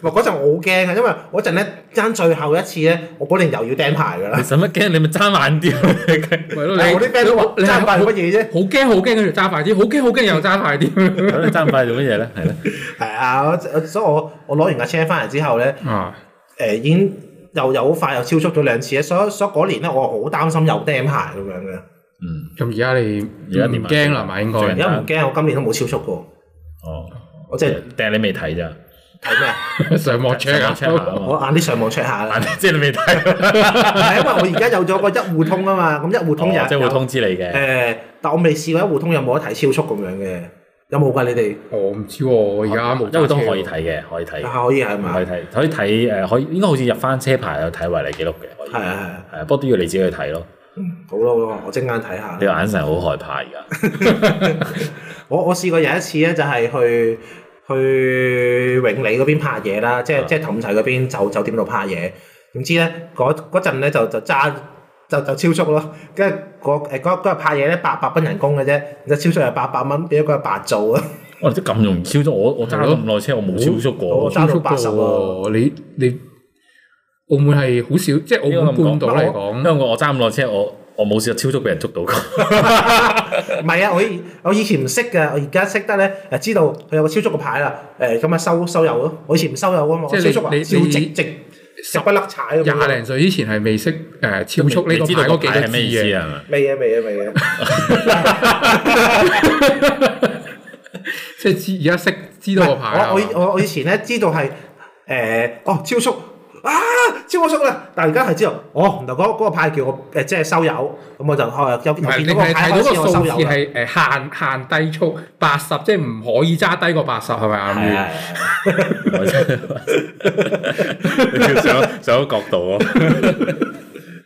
Speaker 3: 咪嗰陣我好驚啊，因為嗰陣咧爭最後一次咧，我嗰年又要釘牌
Speaker 2: 你
Speaker 3: 㗎啦。
Speaker 2: 使乜驚？你咪揸慢啲啊咯。
Speaker 1: 係咯，
Speaker 3: 但係我啲 friend 都話
Speaker 1: 你
Speaker 3: 爭牌做乜嘢啫？
Speaker 1: 好驚好驚，跟住揸快啲，好驚好驚又揸快啲。
Speaker 2: 咁你揸快做乜嘢 咧？係咧，
Speaker 3: 係啊，我所以我我攞完架車翻嚟之後咧。
Speaker 1: 啊，
Speaker 3: 誒、呃已經又又好快又超速咗兩次咧，所以所以嗰年咧我好擔心又釘牌咁樣嘅，
Speaker 2: 嗯，
Speaker 1: 咁而家你
Speaker 2: 而家
Speaker 1: 唔
Speaker 2: 點啊
Speaker 1: 驚啦嘛？應該
Speaker 2: 最
Speaker 3: 而家唔驚，我今年都冇超速過，
Speaker 2: 哦，
Speaker 3: 我即係
Speaker 2: 掟你未睇咋？
Speaker 3: 睇咩？
Speaker 1: 上網 check 啊
Speaker 2: check 下啊
Speaker 3: 我
Speaker 2: 嘛，
Speaker 3: 晏啲上網 check 下啦，
Speaker 2: 即係你未睇，啊
Speaker 3: 係因為我而家有咗個一戶通啊嘛，咁一戶通有
Speaker 2: 哦即係會
Speaker 3: 有呃
Speaker 2: 通知你
Speaker 3: 誒、
Speaker 2: 嘅。
Speaker 3: 但我未試過一戶通有冇得睇超速咁樣嘅，有冇㗎？你哋
Speaker 1: 我唔知喎，我而家冇揸車喎。
Speaker 2: 因為都可以睇嘅，可以睇嘅，
Speaker 3: 啊可以係嘛？
Speaker 2: 可以
Speaker 3: 係
Speaker 2: 睇，可以睇誒，可以應該好似入翻車牌有睇違例記錄嘅，可以
Speaker 3: 係係，
Speaker 2: 係不過都要你自己去睇咯。
Speaker 3: 嗯好咯好咯，我即眼睇下
Speaker 2: 你。個眼神好害怕而 家，
Speaker 3: 我我試過有一次咧，就係去去永利嗰邊拍嘢啦，
Speaker 1: 啊
Speaker 3: 即係即係氹仔嗰邊酒酒店度拍嘢。點知咧嗰嗰陣咧就就揸就就超速咯，跟住嗰誒嗰嗰日拍嘢咧八百蚊人工嘅啫，然之後超速係八百蚊，俾咗佢 白做啊！
Speaker 2: 我哋都咁容易超速，我我揸
Speaker 1: 係
Speaker 2: 咗
Speaker 1: 咯
Speaker 2: 咁耐車，我冇超速過
Speaker 3: 我。
Speaker 1: 超
Speaker 3: 揸
Speaker 1: 速
Speaker 3: 到
Speaker 1: 過
Speaker 3: 80
Speaker 1: 喎，你你澳門係好少，即係澳門半島嚟
Speaker 2: 因
Speaker 1: 講，
Speaker 2: 為我揸咁耐車，我我冇試過超速俾人捉到過。
Speaker 3: 唔係啊，我以我以前唔識嘅，我而家識得咧，誒知道佢有個超速嘅牌啦，誒咁啊收收油咯，我以前唔收油啊嘛，
Speaker 1: 即係
Speaker 3: 我
Speaker 1: 你
Speaker 3: 超速啊，
Speaker 1: 你
Speaker 3: 超
Speaker 1: 你
Speaker 3: 直直十不甩踩咁樣
Speaker 1: 廿零歲之前係未識誒超速呢
Speaker 2: 你
Speaker 1: 個
Speaker 2: 知
Speaker 1: 牌
Speaker 2: 道個
Speaker 1: 嗰幾
Speaker 2: 牌
Speaker 1: 個
Speaker 2: 係
Speaker 1: 字
Speaker 2: 咩意思
Speaker 1: 嘅。
Speaker 2: 啊？係咪
Speaker 3: 未啊未啊未啊，
Speaker 1: 啊 即係知而家識知道個牌啊
Speaker 3: 我我以我我以前咧知道係誒、哦超速啊超我速啦，但係而家係知道哦原來嗰嗰個牌叫我誒、呃即係收油，咁我就哦有有
Speaker 1: 唔係
Speaker 3: 見
Speaker 1: 你
Speaker 3: 到個
Speaker 1: 係睇
Speaker 3: 牌開
Speaker 1: 到
Speaker 3: 始
Speaker 1: 個
Speaker 3: 我
Speaker 1: 數
Speaker 3: 收啊
Speaker 1: 字
Speaker 3: 油啦。
Speaker 1: 係誒限限低速八十，即係唔可以揸低過八十係咪啊？
Speaker 3: 係啊，
Speaker 2: 我 真係 上上咗角度啊！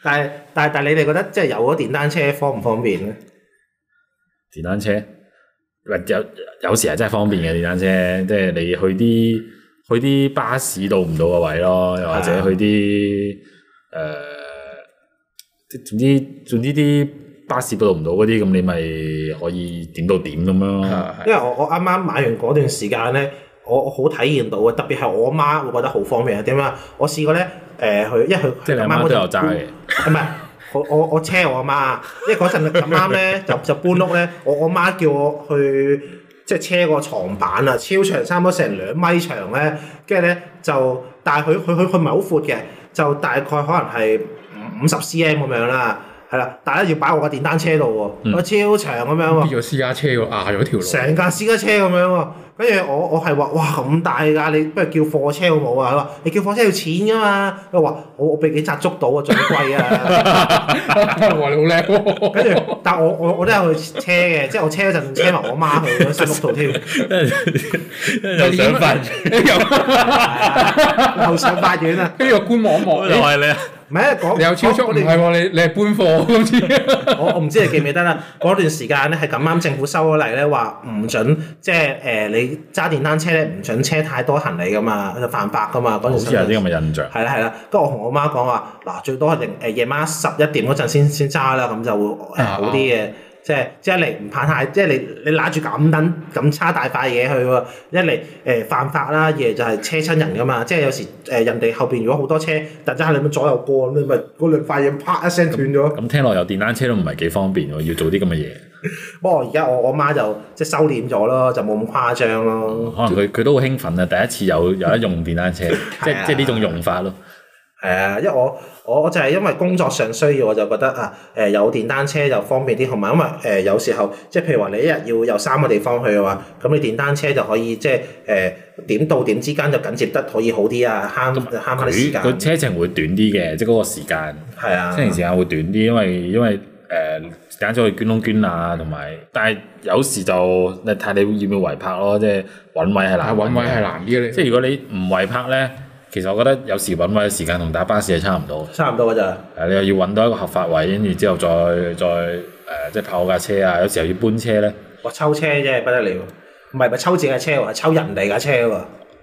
Speaker 3: 但係但係但係你哋覺得即係有嗰電單車方唔方便咧？
Speaker 2: 電單車，喂有有時係真係方便嘅電單車，即係你去啲去啲巴士到唔到個位咯，又或者去啲誒，即係總之總之啲巴士到唔到嗰啲，咁你咪可以點到點咁樣咯。
Speaker 1: 啊
Speaker 3: 因為我我啱啱買完嗰段時間咧，我我好體驗到嘅，特別係我媽，我覺得好方便係點啊？我試過咧，誒、佢因為佢
Speaker 2: 即係你阿媽都有揸嘅，
Speaker 3: 唔係，我我我車我阿媽啊，因為嗰陣咁啱咧，就 就搬屋咧，我我媽叫我去即係車個床板啊，超長，差唔多成兩米長咧，跟住咧就，但係佢佢佢佢唔係好闊嘅，就大概可能係五十 cm 咁樣啦，係啦，但係咧要擺我個電單車度
Speaker 2: 嗯
Speaker 3: 喎，我超長咁樣喎。
Speaker 1: 變咗私家車喎，壓咗條路。
Speaker 3: 成架私家車咁樣喎，跟住我我係話哇咁大㗎，你不如叫貨車好冇啊？佢話你叫貨車要錢㗎嘛，佢話我我俾警察捉到啊，最 貴啊！
Speaker 1: 哇！你好叻喎，
Speaker 3: 跟住但我我我都有去車嘅，即係我車嗰陣車埋我媽去咗新屋 度添，
Speaker 2: 又想
Speaker 1: 啊
Speaker 2: 翻，
Speaker 3: 後上法院啊！
Speaker 1: 跟住個官望一望，
Speaker 2: 又係你啊！
Speaker 3: 唔係講
Speaker 1: 你有超速
Speaker 3: 我
Speaker 1: 唔
Speaker 3: 我
Speaker 1: 係
Speaker 3: 哋
Speaker 1: 喎？你你係搬貨咁似。
Speaker 3: 我我唔知你記唔記得啦，嗰段時間咧係咁啱政府收咗例咧，話唔準即係誒你揸電單車咧唔準車太多行李㗎嘛，就犯法㗎嘛嗰
Speaker 2: 好
Speaker 3: 段
Speaker 2: 似
Speaker 3: 時
Speaker 2: 有啲
Speaker 3: 間。
Speaker 2: 咁嘅印象。
Speaker 3: 係啦係啦，跟住我同我媽講話，嗱最多係零誒夜晚十一點嗰陣先先揸啦，咁就會誒好啲嘅。即係即係一嚟唔怕太，即係你你揦住咁等咁差大塊嘢去喎，一嚟誒、犯法啦，二嚟就係車親人噶嘛，即係有時誒、人哋後邊如果好多車，突然之間你咁左右過，咁你咪嗰兩塊嘢啪一聲斷咗。
Speaker 2: 咁聽落有電單車都唔係幾方便喎，要做啲咁嘅嘢。
Speaker 3: 不過而家我我媽就即係收斂咗咯，就冇咁誇張咯。
Speaker 2: 可能佢佢都好興奮啊！第一次有有得用電單車，即係即係呢種用法咯。
Speaker 3: 係啊，因為我我我就係因為工作上需要，我就覺得啊，誒、有電單車就方便啲，同埋因為誒、有時候即係譬如話你一日要有三個地方去嘅話，咁你電單車就可以即係誒點到點之間就緊接得可以好啲啊，慳慳翻啲時
Speaker 2: 佢
Speaker 3: 間。
Speaker 2: 佢車程會短啲嘅，即係嗰個時間，
Speaker 3: 係啊
Speaker 2: 車，程時間會短啲，因為因為誒時間咗去捐窿捐罅，同埋但係有時就你睇你要唔要違泊咯，即係揾位係
Speaker 1: 啊，
Speaker 2: 難。
Speaker 1: 揾位係。難啲嘅你
Speaker 2: 即係如果你唔違泊咧，其實我覺得有時揾位嘅時間同打巴士係差唔多嘅。
Speaker 3: 差唔多㗎咋。
Speaker 2: 誒，你又要揾到一個合法位，跟住之後再再誒、即係泊好架車啊！有時候要搬車咧，
Speaker 3: 我抽車真係不得了，唔係唔係抽自己架車喎，係抽人哋架車喎。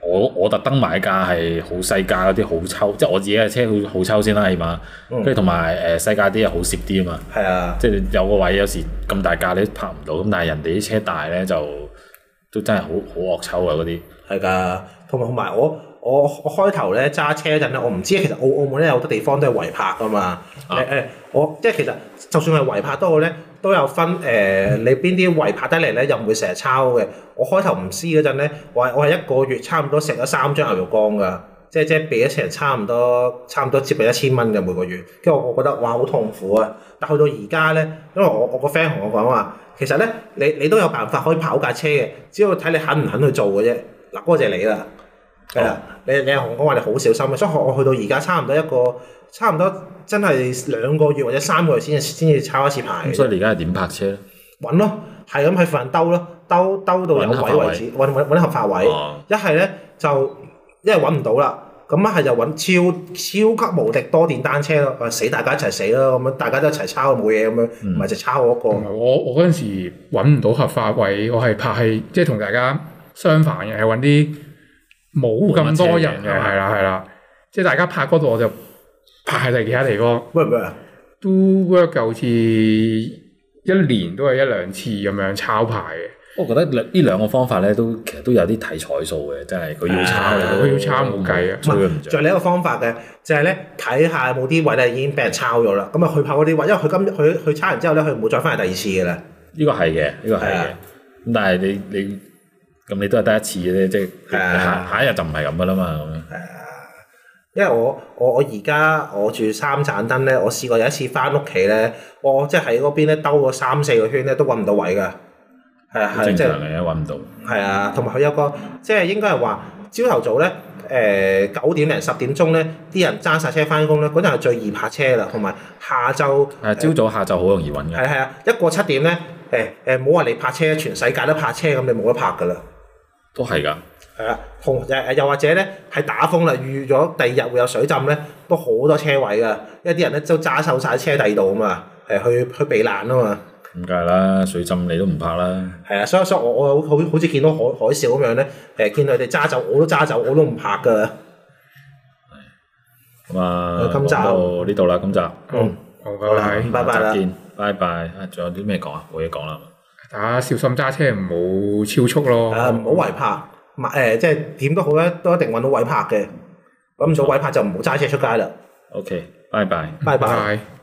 Speaker 2: 我我特登買架係好細架嗰啲好抽，即係我自己嘅車好好抽先啦，起碼。
Speaker 3: 嗯
Speaker 2: 跟住同埋誒細架啲又好攝啲啊嘛，
Speaker 3: 係啊，
Speaker 2: 即係你有個位有時咁大架你都泊唔到，咁但係人哋啲車大咧就都真係好好惡抽啊嗰啲。
Speaker 3: 係㗎，同埋同埋我。我我開頭咧揸車嗰陣咧，我唔知其實澳澳門咧有好多地方都係違泊噶嘛。誒誒、
Speaker 2: 啊
Speaker 3: 我即係其實就算係違泊都好咧，都有分誒、你邊啲違泊得嚟咧，又唔會成日抄嘅。我開頭唔知嗰陣咧，我係我係一個月差唔多食咗三張牛肉乾㗎，即係即係俾咗成差唔多差唔多接近一千蚊嘅每個月。跟住我我覺得哇好痛苦啊！但去到而家咧，因為我我個 friend 同我講話，其實咧你你都有辦法可以跑架車嘅，只要睇你肯唔肯去做嘅啫。嗱，嗰個就係你啦。係啦，你你阿紅哥話你好小心嘅，所以我我去到而家差唔多一個，差唔多真係兩個月或者三個月先至先至抄一次牌
Speaker 2: 咁，所以你而家係點泊車咧？
Speaker 3: 揾咯，係咁喺附近兜咯，兜兜到有
Speaker 2: 揾合法
Speaker 3: 位為止，揾揾揾合法位。
Speaker 2: 哦
Speaker 3: 一係咧就一係揾唔到啦，咁一係就揾超超級無敵多電單車咯，話死大家一齊死咯，咁樣大家都一齊抄冇嘢咁樣，
Speaker 2: 嗯
Speaker 3: 唔係就抄我一個
Speaker 1: 同。埋我我嗰陣時揾唔到合法位，我係拍戲，即係同大家相反嘅，係揾啲冇咁多人嘅，
Speaker 2: 冇乜車嘅
Speaker 1: 係啦係啦，即係大家拍嗰度我就拍喺第其他地方，
Speaker 3: 喂唔喂啊？
Speaker 1: 都 work 夠好似一年都係一兩次咁樣抄牌嘅。
Speaker 2: 我覺得呢兩個方法咧，都其實都有啲睇彩數嘅，真係佢要抄你都，
Speaker 1: 佢要抄冇計啊
Speaker 2: 吹佢唔着。
Speaker 3: 仲有另一個方法嘅，就係咧睇下有冇啲位咧已經俾人抄咗啦，咁啊去拍嗰啲位，因為佢今佢佢抄完之後咧，佢唔會再翻嚟第二次嘅啦。
Speaker 2: 呢個係嘅，呢個係
Speaker 3: 係
Speaker 2: 嘅
Speaker 3: 啊。
Speaker 2: 咁但係你你咁你都係得一次嘅啫，即係
Speaker 3: 係啊
Speaker 2: 下下一日就唔係咁噶啦嘛。咁樣
Speaker 3: 因為我我我而家我住三盞燈咧，我試過有一次翻屋企咧，我即係喺嗰邊咧兜咗三四個圈咧，都揾唔到位㗎。係啊，
Speaker 2: 好
Speaker 3: 係
Speaker 2: 正
Speaker 3: 即係
Speaker 2: 常嘅，揾唔到。
Speaker 3: 係啊，同埋佢有個即係應該係話朝頭早咧，誒九點零十點鐘咧，啲人揸晒車翻工咧，嗰陣係最易泊車啦，同埋下晝
Speaker 2: 係朝早下晝好容易揾嘅。
Speaker 3: 係係啊，一過七點咧，誒誒冇話你泊車，全世界都泊車，咁你冇得泊㗎啦。
Speaker 2: 都係㗎，
Speaker 3: 係啊，同誒又或者咧係打風啦，預咗第二日會有水浸咧，都好多車位㗎，因為啲人咧都揸手晒車第二度啊嘛，誒去去避難啊嘛，
Speaker 2: 咁梗係啦，水浸你都唔怕啦。
Speaker 3: 係啊，所以所以我我好好似見到海海嘯咁樣咧，誒見佢哋揸走我都揸走，我都唔拍㗎。
Speaker 2: 咁啊，
Speaker 3: 今集
Speaker 2: 講到呢度啦，今集
Speaker 3: 哦嗯
Speaker 1: 好，好拜拜。
Speaker 3: 拜拜啦
Speaker 2: 下集見，拜拜。啊，仲有啲咩講啊？冇嘢講啦。
Speaker 1: 大家小心揸車，唔好超速咯。
Speaker 3: 啊，唔好違拍，買誒即係點都好咧，都一定揾到位拍嘅。揾唔到位拍就唔好揸車出街啦。
Speaker 2: OK，拜拜。
Speaker 3: 哦拜拜。
Speaker 1: 拜。